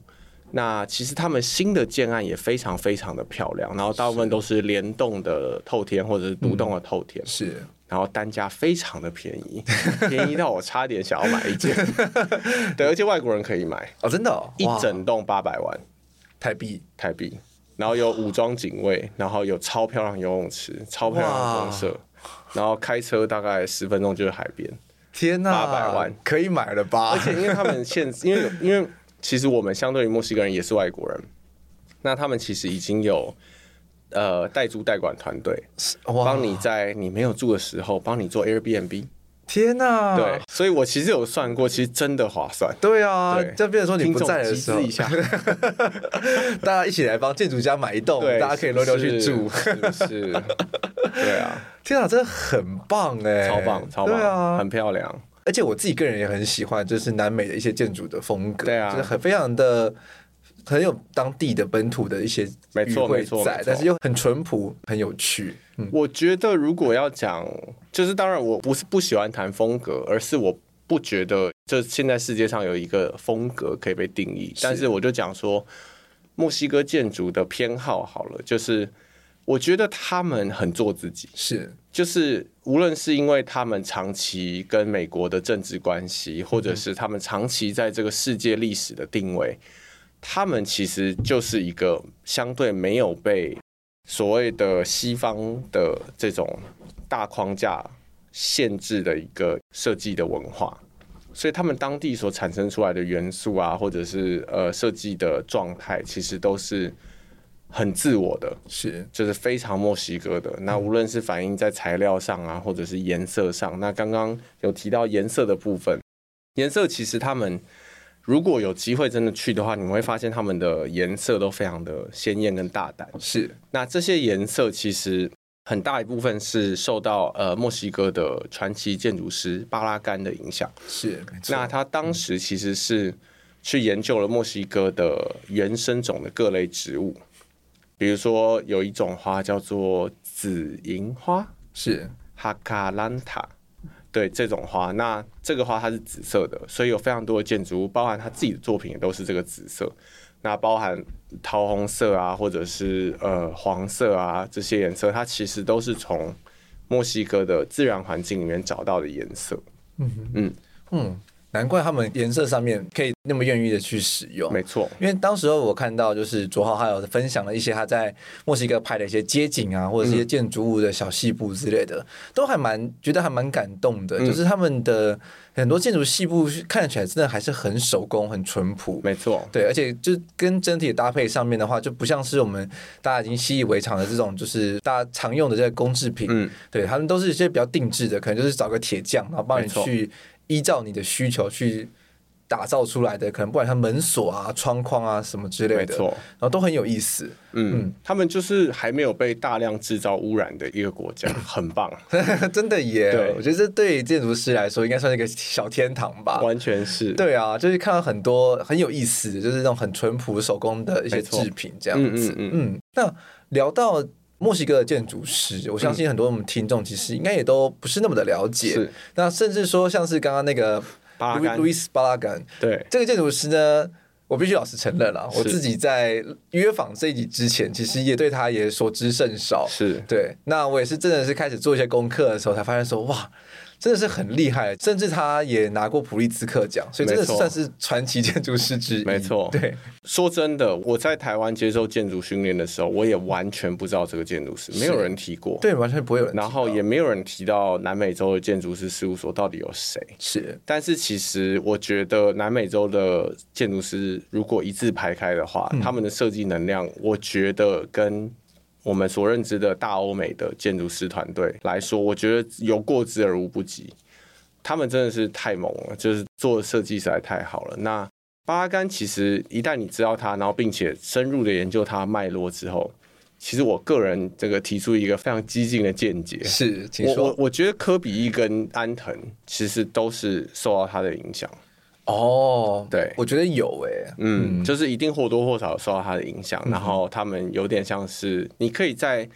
那其实他们新的建案也非常非常的漂亮，然后大部分都是联动的透天或者是独栋的透天，
是
然后单价非常的便
(laughs)
宜，便宜到我差点想要买一间。对，而且外国人可以买
哦，真的、哦、
一
哇
整栋八百万
台币，
台币，然后有武装警卫，然后有超漂亮游泳池，超漂亮的公社，然后开车大概十分钟就是海边。
天哪、
800万
可以买了吧？
(laughs) 而且因为他们现， (laughs) 因为因为其实我们相对于墨西哥人也是外国人，那他们其实已经有呃代租代管团队，
哇
帮你在你没有住的时候帮你做 Airbnb，
天哪、
对，所以我其实有算过，其实真的划算。
对啊
对，
这变成说你
听
不
众
在的
集
时
资
候，
一下 (laughs)
大家一起来帮建筑家买一栋，
对，
大家可以轮流去
是
住。
是不是？对 (laughs) 啊，
天啊，真的很棒哎、
超棒，超
对
棒，
啊
很，漂亮。
而且我自己个人也很喜欢，就是南美的一些建筑的风格，
对啊
就是很非常的很有当地的本土的一些
没错
语汇
没错
在
没错，
但是又很淳朴，很有趣。嗯，
我觉得如果要讲，就是当然我不是不喜欢谈风格，而是我不觉得这现在世界上有一个风格可以被定义。但是我就讲说，墨西哥建筑的偏好好了，就是我觉得他们很做自己，
是
就是无论是因为他们长期跟美国的政治关系，或者是他们长期在这个世界历史的定位，他们其实就是一个相对没有被所谓的西方的这种大框架限制的一个设计的文化。所以他们当地所产生出来的元素啊，或者是呃设计的状态，其实都是很自我的。
是，
就是非常墨西哥的。那无论是反映在材料上啊，或者是颜色上，那刚刚有提到颜色的部分，颜色其实他们如果有机会真的去的话，你们会发现他们的颜色都非常的鲜艳跟大胆。
是
那这些颜色其实很大一部分是受到呃墨西哥的传奇建筑师巴拉干的影响。
是，没错
那他当时其实是去研究了墨西哥的原生种的各类植物，比如说有一种花叫做紫银花
是
哈卡兰塔，对这种花，那这个花它是紫色的，所以有非常多的建筑物，包含他自己的作品也都是这个紫色。那包含桃红色啊，或者是呃黄色啊这些颜色，它其实都是从墨西哥的自然环境里面找到的颜色。
嗯
嗯，
嗯，难怪他们颜色上面可以那么愿意的去使用。
没错，
因为当时候我看到，就是卓浩还有分享了一些他在墨西哥拍的一些街景啊，或者是一些建筑物的小细部之类的，都还蛮觉得还蛮感动的。
嗯
就是他们的很多建筑细部看起来真的还是很手工、很淳朴。
没错，
对，而且就跟整体的搭配上面的话，就不像是我们大家已经习以为常的这种，就是大家常用的这些工制品。
嗯，
对他们都是一些比较定制的，可能就是找个铁匠，然后帮你
没错
去依照你的需求去打造出来的，可能不管它门锁啊、窗框啊什么之类
没
的，
错，
然后都很有意思。 (laughs)
嗯，他们就是还没有被大量制造污染的一个国家，很
(laughs)
棒，
真的耶
对，
我觉得这对建筑师来说应该算是一个小天堂吧。
完全是，
对啊，就是看到很多很有意思的，就是那种很淳朴手工的一些
没错
制品这样子。
嗯嗯
嗯，那聊到墨西哥的建筑师，我相信很多我们听众其实应该也都不是那么的了解
是。
那甚至说像是刚刚那个
巴拉
Louis
干
Louis 巴拉干
对，
这个建筑师呢，我必须老实承认了，
是
我自己在约访这一集之前，其实也对他也所知甚少。
是，
对，那我也是真的是开始做一些功课的时候，才发现说哇，真的是很厉害，甚至他也拿过普利兹克奖，所以真的
没
是
错
算是传奇建筑师之一。
没错
对，
说真的，我在台湾接受建筑训练的时候，我也完全不知道这个建筑师，没有人提过，
对，完全不会有人提到。
然后也没有人提到南美洲的建筑师事务所到底有谁。
是
但是其实我觉得南美洲的建筑师如果一字排开的话，他们的设计能量，我觉得跟我们所认知的大欧美的建筑师团队来说，我觉得有过之而无不及。他们真的是太猛了，就是做的设计实在太好了。那巴拉干其实一旦你知道它，然后并且深入的研究它脉络之后，其实我个人这个提出一个非常激进的见解，
是，请
我我
说。
我觉得科比一跟安藤其实都是受到他的影响，
哦，
对
我觉得有诶、
嗯，就是一定或多或少受到他的影
嗯
响，然后他们有点像是你可以在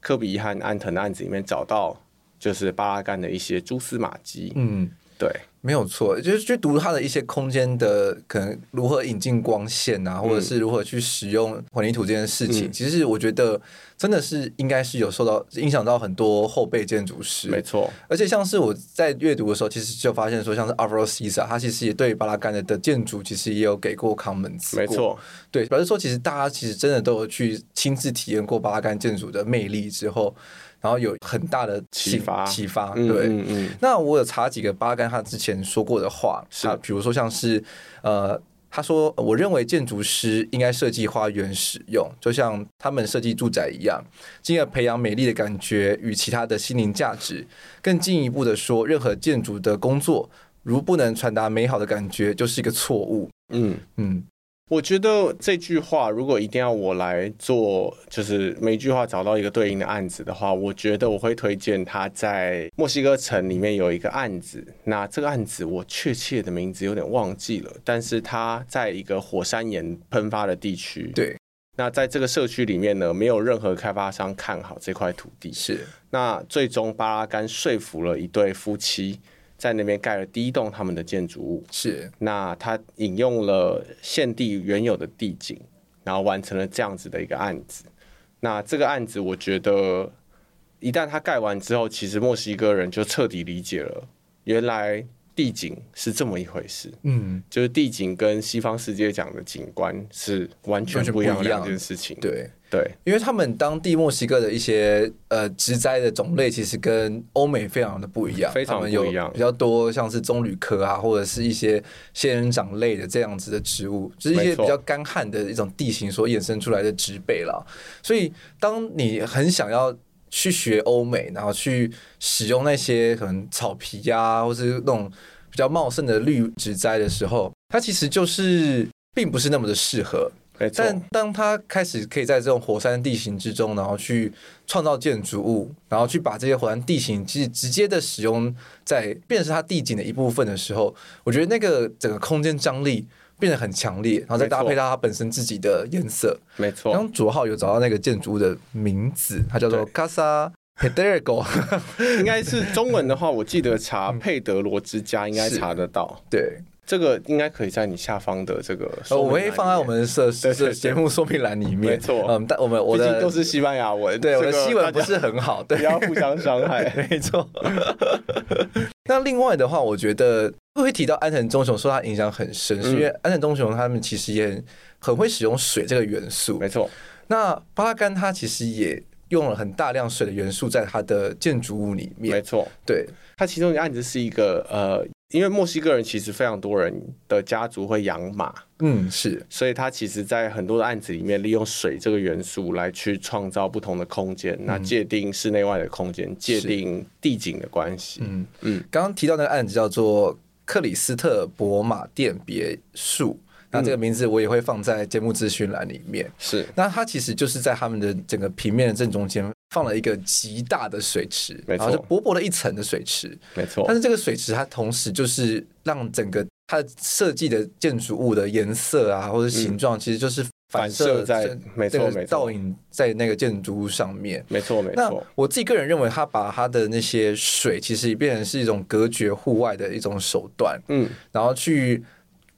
科比一和安藤的案子里面找到就是巴拉干的一些蛛丝马迹，
嗯。
对，
没有错，就是去读它的一些空间的可能如何引进光线啊，或者是如何去使用混凝土这件事情，
嗯
其实我觉得真的是应该是有受到影响到很多后辈建筑
没
师。
错，
而且像是我在阅读的时候，其实就发现说，像是 Alvaro Siza，他其实也对巴拉干的的建筑其实也有给过 comments，
没，错，
对，表示说其实大家其实真的都有去亲自体验过巴拉干建筑的魅力之后，然后有很大的
启发
启发，
嗯
对，
嗯嗯，
那我有查几个巴干他之前说过的话，
是
啊，比如说像是呃，他说我认为建筑师应该设计花园使用，就像他们设计住宅一样，进而培养美丽的感觉与其他的心灵价值。更进一步的说，任何建筑的工作如不能传达美好的感觉，就是一个错误。
嗯。
嗯，
我觉得这句话如果一定要我来做，就是每一句话找到一个对应的案子的话，我觉得我会推荐他在墨西哥城里面有一个案子。那这个案子我确切的名字有点忘记了，但是它在一个火山岩喷发的地区。
对，
那在这个社区里面呢，没有任何开发商看好这块土地。
是
那最终巴拉干说服了一对夫妻，在那边盖了第一栋他们的建筑物。
是，
那他引用了现地原有的地景，然后完成了这样子的一个案子。那这个案子，我觉得一旦他盖完之后，其实墨西哥人就彻底理解了，原来地景是这么一回事，
嗯，
就是地景跟西方世界讲的景观是完全
完全
不一样
不
的
一样
两件事情。
对。
对
因为他们当地墨西哥的一些呃植栽的种类，其实跟欧美非常的不一样，
非常
他们
不
有
一样
比较多像是棕榈科啊，或者是一些仙人掌类的这样子的植物，就是一些
没错
比较干旱的一种地形所衍生出来的植被啦。所以，当你很想要去学欧美，然后去使用那些可能草皮呀、或是那种比较茂盛的绿植栽的时候，它其实就是并不是那么的适合。
没错，
但当他开始可以在这种火山地形之中，然后去创造建筑物，然后去把这些火山地形其实直接的使用在变成是它地景的一部分的时候，我觉得那个整个空间张力变得很强烈，然后再搭配到它本身自己的颜色。
没
刚
错，
刚卓浩有找到那个建筑物的名字，它叫做
对
Casa Pedrego，
应该是中文的话，我记得查佩德罗之家应该
是
查得到。
对。
这个应该可以在你下方的这个
呃，
说明栏里面，
我会放在我们社
对对
社
(laughs) 对
节目说明栏里面。
没错
嗯，但我们我
毕
的
竟都是西班牙文，
对我的
这个
西文
大
不
家
是很好，对
不，要互相伤害。
没错。那另外的话，我觉得会提到安藤忠雄受他影响很深，是因为
嗯
安藤忠雄他们其实也很很会使用水这个元素
没。错，
那巴拉干他其实也用了很大量水的元素在他的建筑物里
没
面。
错。
对，
它其中一个案子是一个呃，因为墨西哥人其实非常多人的家族会养马，
嗯，是
所以它其实在很多的案子里面利用水这个元素来去创造不同的空间，那界定室内外的空间，界定地景的关系。
嗯嗯
嗯。
刚刚提到那个案子叫做克里斯特博马店别墅，那
嗯
这个名字我也会放在节目资讯栏里面。
是
那它其实就是在他们的整个平面的正中间放了一个极大的水池，
没
然
错
后是薄薄的一层的水池。
没错
但，是这个水池它同时就是让整个它设计的建筑物的颜色啊，或者形状，其实就是反射
嗯反射在
这
没错
这个
没错
倒影在那个建筑物上面。
没错，没
那
错，
我自己个人认为，它把它的那些水其实变成是一种隔绝户外的一种手段。
嗯，
然后去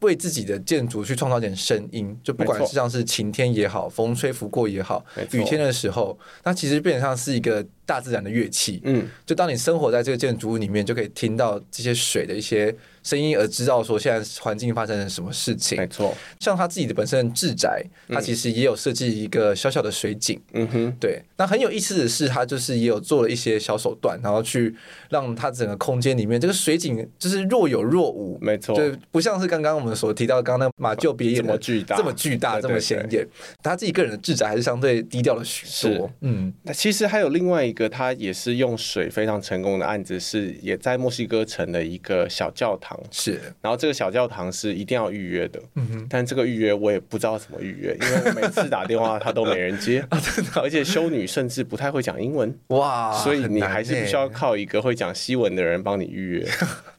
为自己的建筑去创造点声音，就不管
没错
是像是晴天也好，风吹拂过也好
没，错
雨天的时候，它其实变成像是一个大自然的乐器。
嗯，
就当你生活在这个建筑物里面，就可以听到这些水的一些声音，而知道说现在环境发生了什么事
没
情。
错，
像他自己的本身的住宅，他其实也有设计一个小小的水井，
嗯哼，
对，那很有意思的是，他就是也有做了一些小手段，然后去让它整个空间里面这个水景就是若有若无，
没错
对，不像是刚刚我们所提到刚刚那马厩别野
这么巨大
这么巨大、
对对
这么显眼。他自己个人的制宅还是相对低调了许多
是，
嗯，
那其实还有另外一个，它也是用水非常成功的案子，是也在墨西哥城的一个小教堂。
是，
然后这个小教堂是一定要预约的，
嗯哼，
但这个预约我也不知道怎么预约，因为我每次打电话他都没人
(laughs)
接，
啊
(laughs) 而且修女甚至不太会讲英文，
哇，
所以
啊很
你
难欸
还是
耶
必须要靠一个会讲西文的人帮你预约。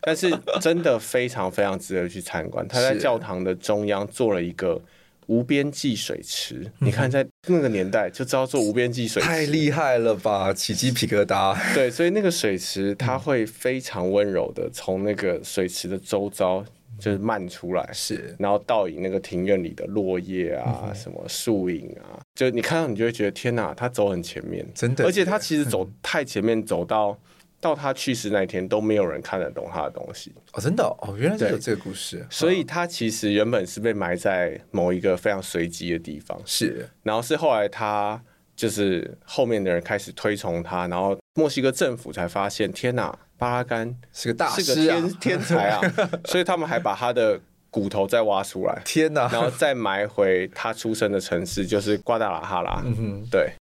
但是真的非常非常值得去参观，他在
是
教堂的中央做了一个。无边际水池，你
嗯
看在那个年代就知道做无边际水池，
太厉害了吧，起鸡皮疙瘩，
(laughs) 对，所以那个水池
嗯
它会非常温柔的从那个水池的周遭就是漫出来，
是嗯
然后倒影那个庭院里的落叶啊、什么树影啊，就你看到你就会觉得天哪，他走很前面，
真的嗯
而且他其实走太前面，走到到他去世那一天都没有人看得懂他的东西，
哦，真的哦，哦原来是
对
有这个故事，
所以
哦
他其实原本是被埋在某一个非常随机的地方，
是
然后是后来他就是后面的人开始推崇他，然后墨西哥政府才发现，天哪，巴拉干
是个大
是个
师啊
天，天才啊，所以他们还把他的骨头再挖出来，
(laughs) 天
然
哪，
后再埋回他出生的城市，就是瓜达拉哈拉。
嗯哼，
对，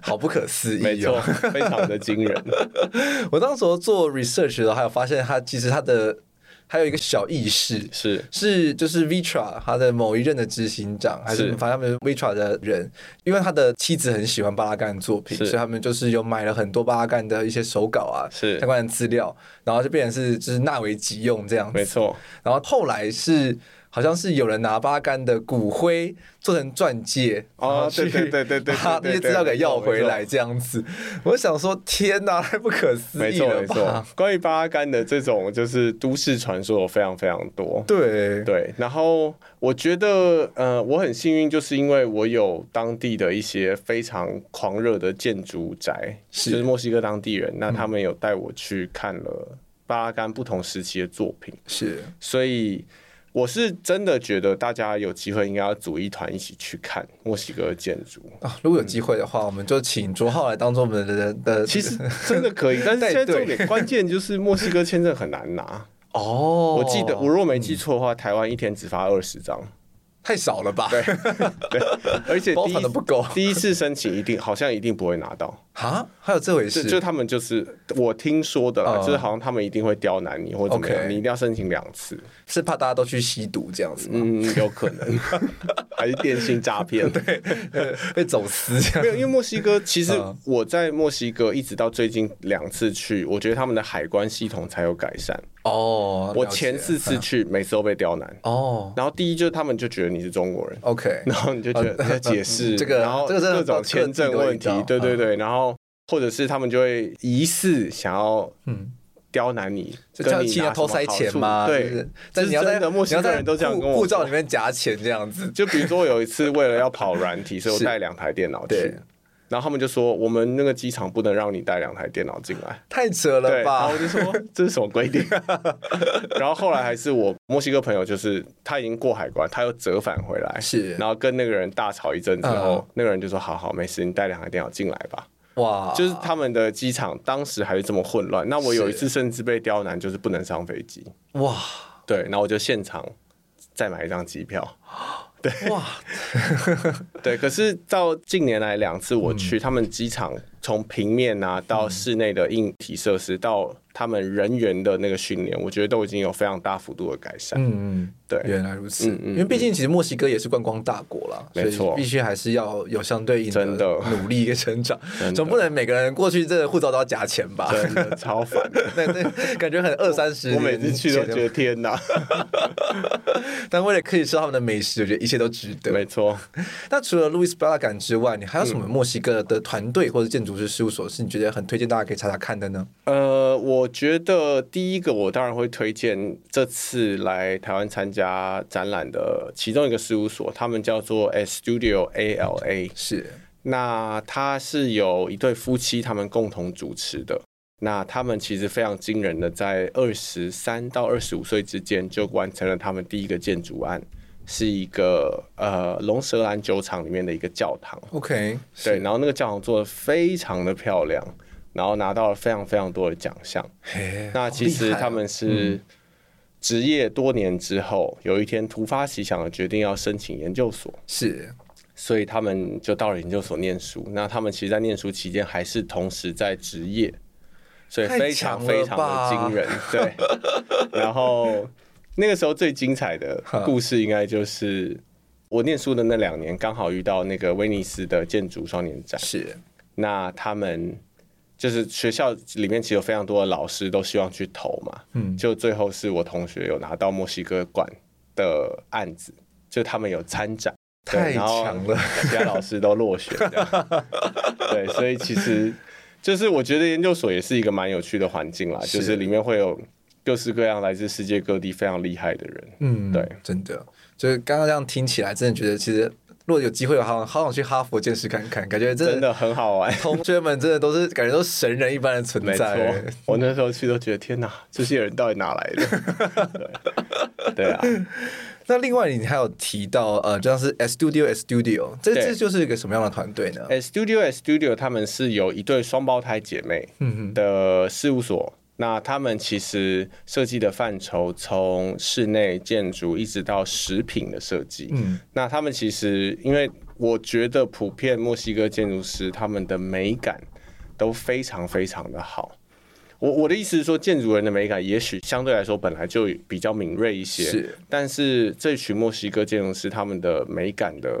好不可思议、哦，
没错，非常的
(laughs)
惊人。
我当时候做 research 的时候，还有发现它其实它的还有一个小意识。
是
是，就是 Vitra 他的某一任的执行长，还是
是
反正他们 Vitra 的人，因为他的妻子很喜欢巴拉干的作品，
是
所以他们就是有买了很多巴拉干的一些手稿啊，
是
相关的资料，然后就变成是就是纳为己用这样
没
子。
错，
然后后来是好像是有人拿巴拉干的骨灰做成钻戒，
哦
然后去
对对对对对
把那
对
些
对
资
对
料给要回来
没
这样子。我想说，天哪，太不可思
没
议
错，
了
没错
吧？。
关于巴拉干的这种就是都市传说，有非常非常多。
对，
对，然后我觉得，呃，我很幸运，就是因为我有当地的一些非常狂热的建筑宅，
是嗯
就是墨西哥当地人，那他们有带我去看了巴拉干不同时期的作品，
是
所以我是真的觉得大家有机会应该要组一团一起去看墨西哥的建筑。
啊。如果有机会的话，我们就请卓浩来当做我们的的。(laughs)
其实真的可以，但是
带
现在
队
重点关键就是墨西哥签证很难
(laughs)
拿。
哦，嗯
我记得我如果没记错的话，台湾一天只发二十张，
太少了 (laughs) 吧？对，
对，而且
包
第一
含的不够
(laughs) 第一次申请一定好像一定不会拿到，
啊，还有这回
就
事，
就他们就是我听说的啦，
嗯
就是好像他们一定会刁难你或怎么样
OK
你一定要申请两次，
是怕大家都去吸毒这样子 (laughs) 吗？
嗯，有可能 (laughs) 还是电信诈骗。对，
呃 (laughs) 被走私这
没
样。
有，因为墨西哥其实
嗯
我在墨西哥一直到最近两次去，我觉得他们的海关系统才有改善。
哦，
我
了解
前四次
嗯
去，每次都被刁难。
哦
然后第一就是他们就觉得你是中国人，
，OK，
然后你就觉得
呃
要解释、
这个
然后
这个真的嗯
各种签证问
各地
题
都会遇到，
对对对，然后或者是他们就会疑似想要
嗯，
刁难你，
就
跟
叫
你
请人
拿
家偷
什么
塞
好
钱
处
嘛，
对，
是不是
这
但
是
你要在
真的，
你
墨西
要
哥
在
人都这样
护
跟我
护照
说
里面夹钱这样子，
就比如说有
(laughs)
一次为了要跑软体，所以我带两台电脑去
对，
然后他们就说我们那个机场不能让你带两台电脑进来。
太扯
对，
了
然后
吧
我？就说 (laughs) 这是什么规定？然后后来还是我墨西哥朋友，就是他已经过海关，他又折返回来，
是
然后跟那个人大吵一阵之后，
嗯
那个人就说好好没事，你带两台电脑进来吧。
哇，
就是他们的机场当时还是这么混乱。那我有一次甚至被刁难，就是不能上飞机。
哇
对，然后我就现场再买一张机票。
哇，
对，可是到近年来两次我去，他们机场从平面啊到室内的硬体设施，到他们人员的那个训练，我觉得都已经有非常大幅度的改善。
(laughs) 嗯嗯。
对，
原来如此，
嗯嗯
因为毕竟其实墨西哥也是观光大国啦，
没错
所以必须还是要有相对应
真的
努力跟成长
真的，
总不能每个人过去这护照都要夹钱吧？
真的超烦。
(laughs) 那那感觉很二三十
我
年前的，
每次去都觉得天哪，
但为了可以吃到他们的美食，我觉得一切都值得。
(laughs) 没错。
那除了 Louis Braga 感之外，你还有什么墨西哥的团队或者建筑师事务所是你觉得很推荐大家可以查查看的呢？
呃，我觉得第一个我当然会推荐这次来台湾参加展览的其中一个事务所，他们叫做 S Studio ALA。
是
那它是由一对夫妻他们共同主持的。那他们其实非常惊人的，在二十三到二十五岁之间就完成了他们第一个建筑案，是一个呃龙舌兰酒厂里面的一个教堂。
OK，是
对，然后那个教堂做的非常的漂亮，然后拿到了非常非常多的奖项。
嘿
那其实他们是职业多年之后，有一天突发奇想的决定要申请研究所，
啊是
所以他们就到了研究所念书。那他们其实，在念书期间还是同时在职业，所以
太
非常
强了
非常的惊人。对，然后那个时候最精彩的故事，应该就是我念书的那两年，刚好遇到那个威尼斯的建筑双年展。
是
那他们就是学校里面其实有非常多的老师都希望去投嘛，嗯，就最后是我同学有拿到墨西哥馆的案子，就他们有参展，对
太
然后
强了
其他老师都落选这样，
(laughs)
对，所以其实就是我觉得研究所也是一个蛮有趣的环境啦，
是
就是里面会有各式各样来自世界各地非常厉害的人，
嗯
对，
真的，就是刚刚这样听起来，真的觉得其实如果有机会，好想好想去哈佛见识看看，感觉真的
真的很
(laughs)
好玩。
同学们真的都是感觉都是神人一般的存
没错
在。，
我那时候去都觉得天哪，这些人到底哪来的？
(laughs)
对对啊，
(laughs) 那另外你还有提到呃，就像是 S Studio S Studio，这
对
这就是一个什么样的团队呢？
哎，Studio S Studio 他们是有一对双胞胎姐妹
嗯
的事务所。那他们其实设计的范畴从室内建筑一直到食品的设计。嗯，那他们其实因为我觉得普遍墨西哥建筑师他们的美感都非常非常的好。我我的意思是说，建筑人的美感也许相对来说本来就比较敏锐一些，
是
但是这群墨西哥建筑师他们的美感的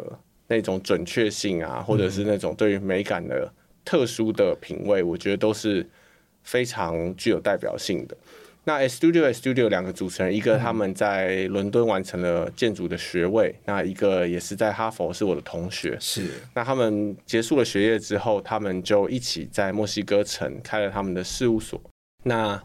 那种准确性啊，或者是那种对于美感的特殊的品味，我觉得都是非常具有代表性的。那 S Studio S Studio 两个主持人，一个他们在伦敦完成了建筑的学位，那一个也是在哈佛是我的同学。
是
那他们结束了学业之后，他们就一起在墨西哥城开了他们的事务所。那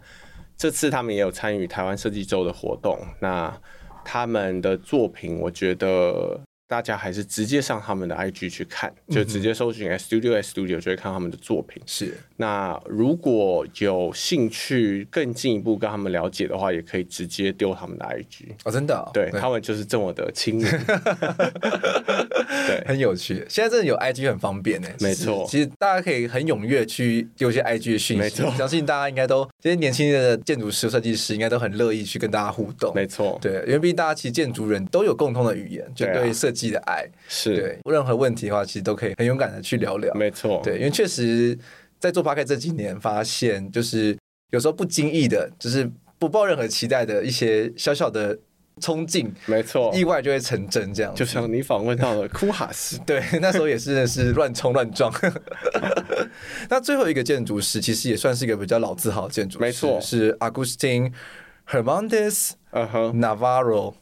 这次他们也有参与台湾设计周的活动。那他们的作品，我觉得大家还是直接上他们的 IG 去看，就直接搜寻 S Studio S Studio 就会看到他们的作品。
是，
那如果有兴趣更进一步跟他们了解的话，也可以直接丢他们的 IG。
哦，真的哦、
对他们就是这么的亲民，对，
很有趣。现在真的有 IG 很方便呢，欸
没错
其实其实大家可以很踊跃去有一些 IG 的讯
没
息
错，
相信大家应该都这些年轻的建筑师、设计师应该都很乐意去跟大家互动。
没错，
(laughs) 对，因为毕竟大家其实建筑人都有共通的语言，就
对啊
对设计的爱。
是，
对任何问题的话，其实都可以很勇敢的去聊聊。
没错，
对，因为确实在做 p o d c a s 这几年，发现就是有时候不经意的，就是不抱任何期待的一些小小的冲劲，
没错，
意外就会成真这样。
就像你访问到了库哈斯，
(laughs) 对，那时候也是真的是乱冲乱撞。那最后一个建筑师其实也算是一个比较老字号的建筑师，
没错
是 Agustin Hernandez
嗯哼，
Navarro。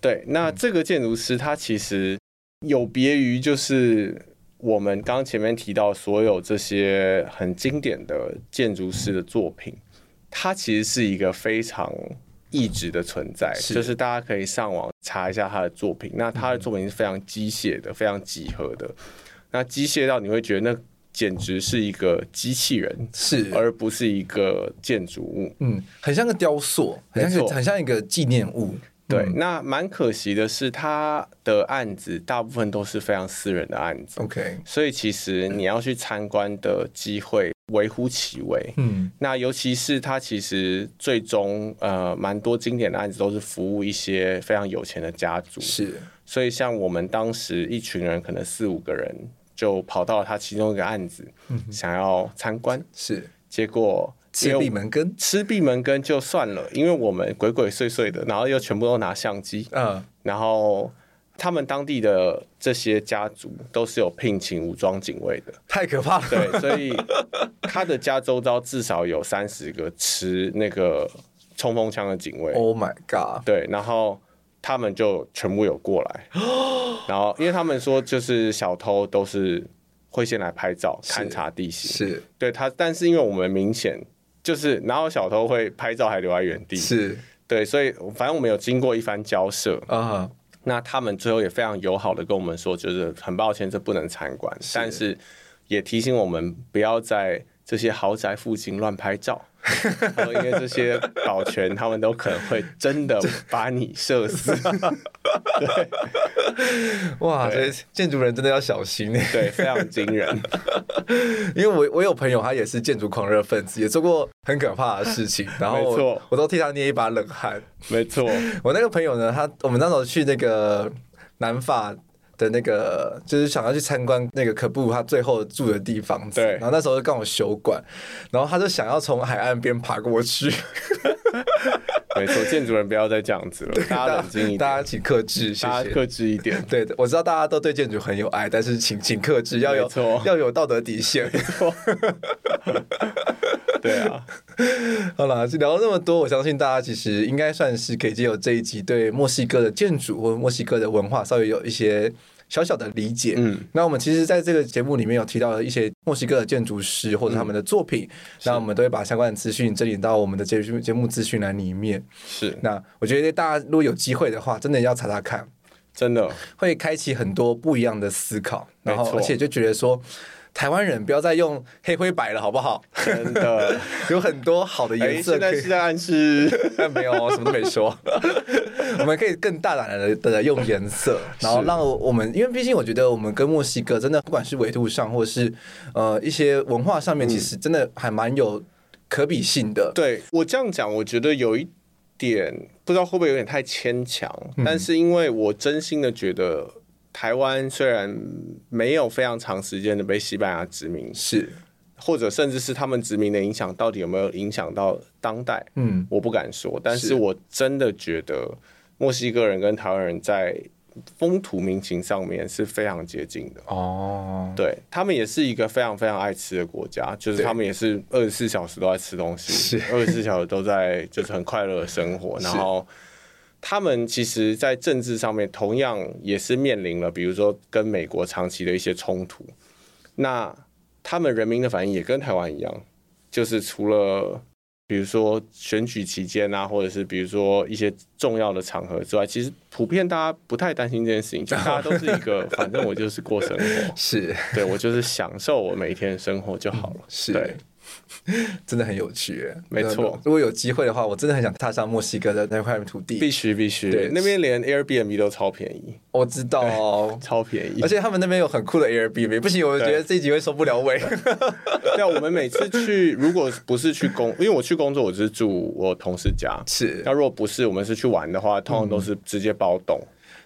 对，那这个建筑师他其实有别于就是我们刚前面提到所有这些很经典的建筑师的作品，它其实是一个非常意志的存在，
是
就是大家可以上网查一下他的作品。那他的作品是非常机械的，非常几何的，那机械到你会觉得那简直是一个机器人，
是
而不是一个建筑物。
嗯，很像个雕塑，很像
没
个
错
很像一个纪念物。
对，
嗯
那蛮可惜的是，他的案子大部分都是非常私人的案子，
，OK，
所以其实你要去参观的机会微乎其微。
嗯，
那尤其是他其实最终呃蛮多经典的案子都是服务一些非常有钱的家族，
是
所以像我们当时一群人可能四五个人就跑到他其中一个案子，
嗯
想要参观，
是，
结果因
赤
为
壁门根，
吃闭门羹就算了，因为我们鬼鬼祟祟的，然后又全部都拿相机，
嗯，
然后他们当地的这些家族都是有聘请武装警卫的，
太可怕了。(laughs)
对，所以他的家周遭至少有三十个持那个冲锋枪的警卫，
Oh my god！
对，然后他们就全部有
(gasps)
过来，然后因为他们说就是小偷都是会先来拍照勘察地形，
是
对他，但是因为我们明显就是哪有小偷会拍照还留在原地？
是
对，所以反正我们有经过一番交涉，
啊，
那他们最后也非常友好的跟我们说，就是很抱歉，这不能参观，但是也提醒我们不要在这些豪宅附近乱拍照。
(laughs)
他说因为这些保全，他们都可能会真的把你
(laughs)
射死。
哇！所
对
以建筑人真的要小心欸呢，
对，非常惊人。
因为我我有朋友，他也是建筑狂热分子，也做过很可怕的事情，然后
没
我
错
我都替他捏一把冷汗。
没错，
我那个朋友呢，他我们那时候去那个南法的那个，就是想要去参观那个可布他最后住的地方子
对
然后那时候刚好休馆，然后他就想要从海岸边爬过去，
没错，建筑人不要再这样子了，大家冷静一点，
大家请克制，谢
大家
谢。
克制一点。
对的，我知道大家都对建筑很有爱，但是请请克制，要有
没错
要有道德底线。
对啊，
好啦，就聊了那么多，我相信大家其实应该算是可以借由这一集对墨西哥的建筑或墨西哥的文化稍微有一些小小的理解。
嗯，
那我们其实在这个节目里面有提到了一些墨西哥的建筑师或者他们的作品，那我们都会把相关的资讯整理到我们的节目节目资讯栏里面。
是
那我觉得大家如果有机会的话，真的要查查看，
真的，
会开启很多不一样的思考，然后
没错
而且就觉得说。台湾人不要再用黑灰白了，好不好？ (laughs)
真的。
有很多好的
哎，
颜色
现
可
在
以。
是在暗示，
但没有哦，什么都没说。 (laughs) 我们可以更大胆的的用颜色，然后让我们，因为毕竟我觉得我们跟墨西哥真的，不管是纬度上，或是呃一些文化上
嗯
面，其实真的还蛮有可比性的。
对我这样讲，我觉得有一点不知道会不会有点太牵强，但是因为我真心的觉得，台湾虽然没有非常长时间的被西班牙殖民，
是，
或者甚至是他们殖民的影响，到底有没有影响到当代，
嗯，
我不敢说，但
是
是我真的觉得墨西哥人跟台湾人在风土民情上面是非常接近的。
哦，
对他们也是一个非常非常爱吃的国家，就是
对
他们也是二十四小时都在吃东
是
西，二十四小时都在就是很快乐的生
(laughs)
活。然后他们其实，在政治上面同样也是面临了，比如说跟美国长期的一些冲突。那他们人民的反应也跟台湾一样，就是除了比如说选举期间啊，或者是比如说一些重要的场合之外，其实普遍大家不太担心这件事情，就大家都是一个反正我就是过
(laughs)
生活，
是
(laughs) 对我就是享受我每一天的生活就 (laughs) 好了。
是
对，
真的很有趣耶。
没错
如果有机会的话，我真的很想踏上墨西哥的那块土
必
地。
须必须
对，
那边连 Airbnb 都超便宜，
我知道哦。
超便宜。 (laughs)
而且他们那边有很酷的 Airbnb，不行，我觉得这一集会收不了尾。
对啊，我们每次去，如果不是去工，因为我去工作，我是住我同事家。
(laughs) 是
那，如果不是我们是去玩的话，通常都是直接包栋。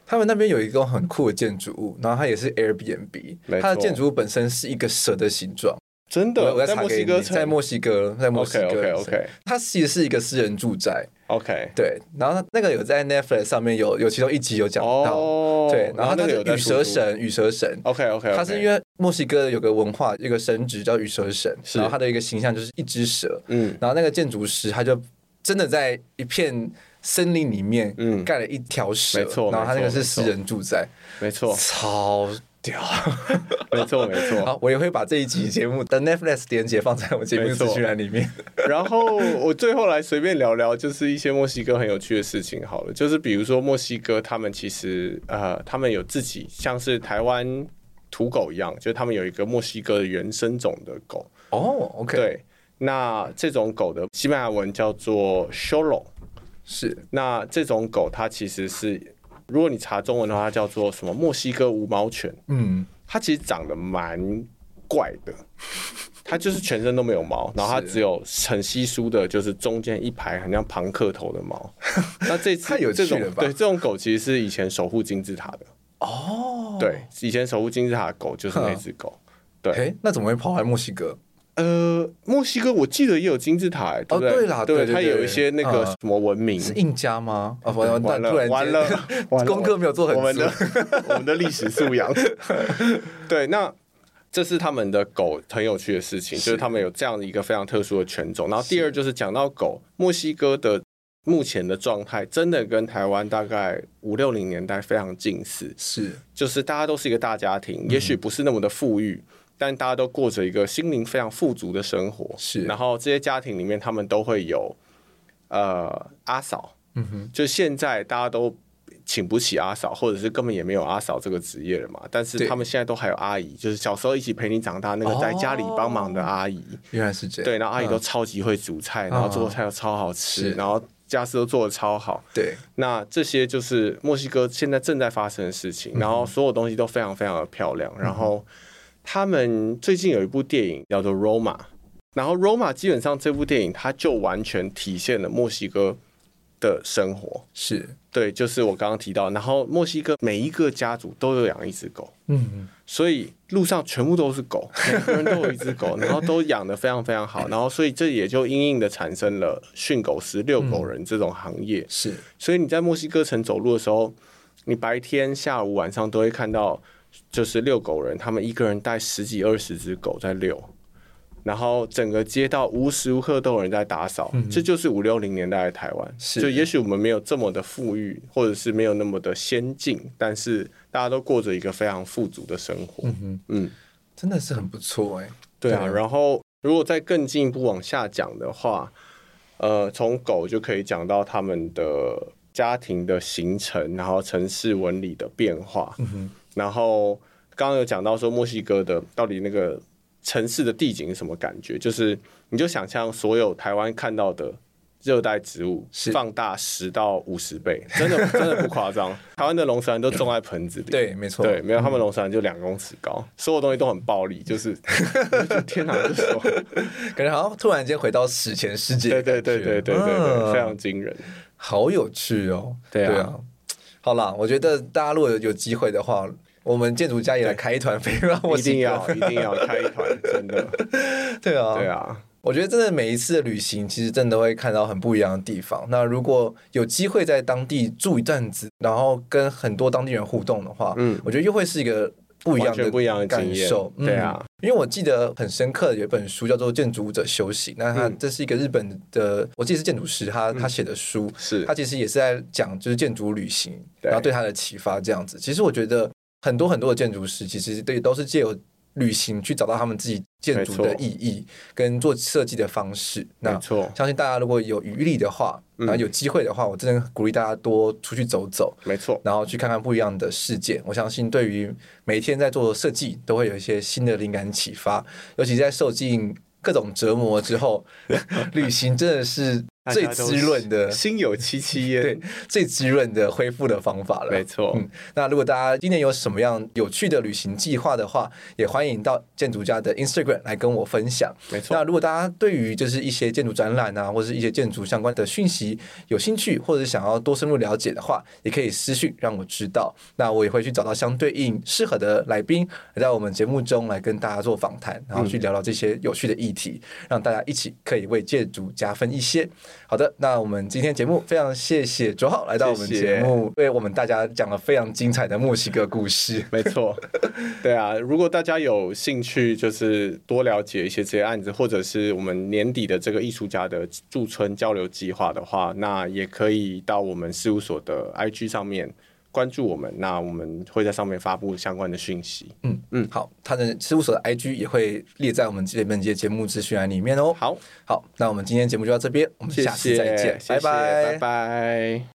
他们那边有一栋很酷的建筑物，然后它也是 Airbnb，
没错
它的建筑物本身是一个蛇的形状。
真
我我
的，
在
在
查
墨
给
西
你
哥，城，
在墨西哥，在墨西哥
OK，OK，OK
它其实是一个私人住宅，
OK，
对。然后那个有在 Netflix 上面有有其中一集有讲到，
哦，
对。然后它
那个
是
有在
羽蛇
出租。
神，羽蛇神。
OK OK，
它是因为墨西哥有个文化，有个神职叫羽蛇神，
是
然后它的一个形象就是一只蛇，
嗯
然后那个建筑师他就真的在一片森林里面
嗯
盖了一条蛇，
没错哦
然后他那个
没错
是私人住宅，
没错，
超掉。
哦没错没
(laughs)
错。
好，我也会把这一集节目的 Netflix 连接放在我节目
嗯没
资
错
讯栏里面。
(laughs) 然后我最后来随便聊聊，就是一些墨西哥很有趣的事情好了，就是比如说墨西哥他们其实呃，他们有自己像是台湾土狗一样，就是他们有一个墨西哥原生种的狗，
(laughs) 哦，OK，，
对。那这种狗的西班牙文叫做 s h o l o
是
那这种狗它其实是，如果你查中文的话，它叫做什么墨西哥无毛犬，
嗯，
它其实长得蛮怪的，它就是全身都没
(laughs)
有毛，然后它
是
只有很稀疏的，就是中间一排很像庞克头
(laughs)
的毛。那这次
太有趣
这种
了吧
对这种狗其实是以前守护金字塔的，
哦，
对，以前守护金字塔的狗就是那只
(laughs)
狗。对，
哎，那怎么会跑来墨西哥？
呃，墨西哥我记得也有金字塔、欸，对不对？
哦对啦对
对
对
它
对
有一些那个
嗯
什么文明，
是印加吗？啊，完
完了
突然间
完了 (laughs) 完了，
功课没有做很足
我们的 (laughs) 我们的历史素养。 (laughs) 对，那这是他们的狗很有趣的事情，就是他们有这样的一个非常特殊的犬种。然后第二就是讲到狗，墨西哥的目前的状态真的跟台湾大概五六零年代非常近
(laughs)
似，
是
就是大家都是一个大家庭，也许不是那么的富裕。但大家都过着一个心灵非常富足的生活，
是
然后这些家庭里面，他们都会有，呃，阿嫂，
嗯哼，
就现在大家都请不起阿嫂，或者是根本也没有阿嫂这个职业了嘛。但是
对哦
他们现在都还有阿姨，就是小时候一起陪你长大那个在家里帮忙的阿姨。
原来是这样。
对，然后阿姨都超级会煮菜，然后做菜又超好
嗯是
吃，然后家事都做的超好。
对，
那这些就是墨西哥现在正在发生的事
嗯
情，然后所有东西都非常非常的漂亮。然后他们最近有一部电影叫做《Roma》，然后《Roma》基本上这部电影它就完全体现了墨西哥的生活。
是，
对，就是我刚刚提到，然后墨西哥每一个家族都有养一只狗，
嗯，
所以路上全部都是狗，每个人都有一只狗，然后都养得非常非常好，然后所以这也就因应的产生了训狗师、遛狗人这种行业。
是
所以你在墨西哥城走路的时候，你白天、下午、晚上都会看到，就是遛狗人，他们一个人带十几二十只狗在遛，然后整个街道无时无刻都有人在打扫，这就是五六零年代的台湾。
是
就也许我们没有这么的富裕，或者是没有那么的先进，但是大家都过着一个非常富足的生活。嗯嗯，
真的是很不错哎。
对啊。
对
然后如果再更进一步往下讲的话，呃，从狗就可以讲到他们的家庭的形成，然后城市纹理的变化。然后刚刚有讲到说墨西哥的到底那个城市的地景是什么感觉，就是你就想象所有台湾看到的。热带植物
是
放大十到五十倍，真的真的不夸 (laughs) 张。台湾的龙舌兰都种在盆子里，
对，没错，
对，没有，他们龙舌兰就两公尺高，所有东西都很暴力，就是天堂之手。
感觉好像突然间回到史前世界
对
的
对
感觉，
对对对对
嗯
对，非常惊人。
好有趣哦。
对啊
好啦，我觉得大家如果有有机会的话，我们建筑家也来开一团飞到墨
一
西哥
定要一定要开一团，真的。
对啊，
对啊，
我觉得真的每一次的旅行，其实真的都会看到很不一样的地方。那如果有机会在当地住一阵子，然后跟很多当地人互动的话，嗯
嗯，
我觉得又会是一个不一样
完
的
全不一样的
感
经验
受。。嗯
对啊，
因为我记得很深刻的有一本书叫做《建筑者修行》，那他
嗯
这是一个日本的，我记得是建筑师，他他写的书，
是
他其实也是在讲就是建筑旅行，
对
然后对他的启发这样子。其实我觉得很多很多的建筑师其实对都是借由旅行去找到他们自己建筑的
没错
意义跟做设计的方式。
没
那
错，嗯
相信大家如果有余力的话，然后有机会的话，我真的鼓励大家多出去走走。
没错，
然后去看看不一样的世界。我相信对于每一天在做设计，都会有一些新的灵感启发。尤其在受尽各种折磨之后， (laughs) 旅行真的是最滋润
大家都
的
(laughs) 是。心有戚戚
(laughs) 对
焉。，
最滋润的恢复的方法了。
没错
嗯，那如果大家今年有什么样有趣的旅行计划的话，也欢迎到建筑家的 Instagram 来跟我分享。
没
那
错，
如果大家对于就是一些建筑展览啊，或是一些建筑相关的讯息有兴趣，或者想要多深入了解的话，也可以私讯让我知道。那我也会去找到相对应适合的来宾，来到我们节目中来跟大家做访谈，然后去聊聊这些有趣的议题，让大家一起可以为建筑加分一些。好的，那我们今天节目非常谢谢卓浩来到我们
谢谢
节目，为我们大家讲了非常精彩的墨西哥故事。
没错，对啊。如果大家有兴趣，就是多了解一些这些案子，或者是我们年底的这个艺术家的驻村交流计划的话，那也可以到我们事务所的 IG 上面。关注我们，那我们会在上面发布相关的讯息。
嗯嗯
嗯，
好，他的事务所的 IG 也会列在我们这本节节目资讯栏里面哦。
好，
好，那我们今天节目就到这边，我们
谢
下次
谢，
再见，
谢谢
拜拜
拜拜。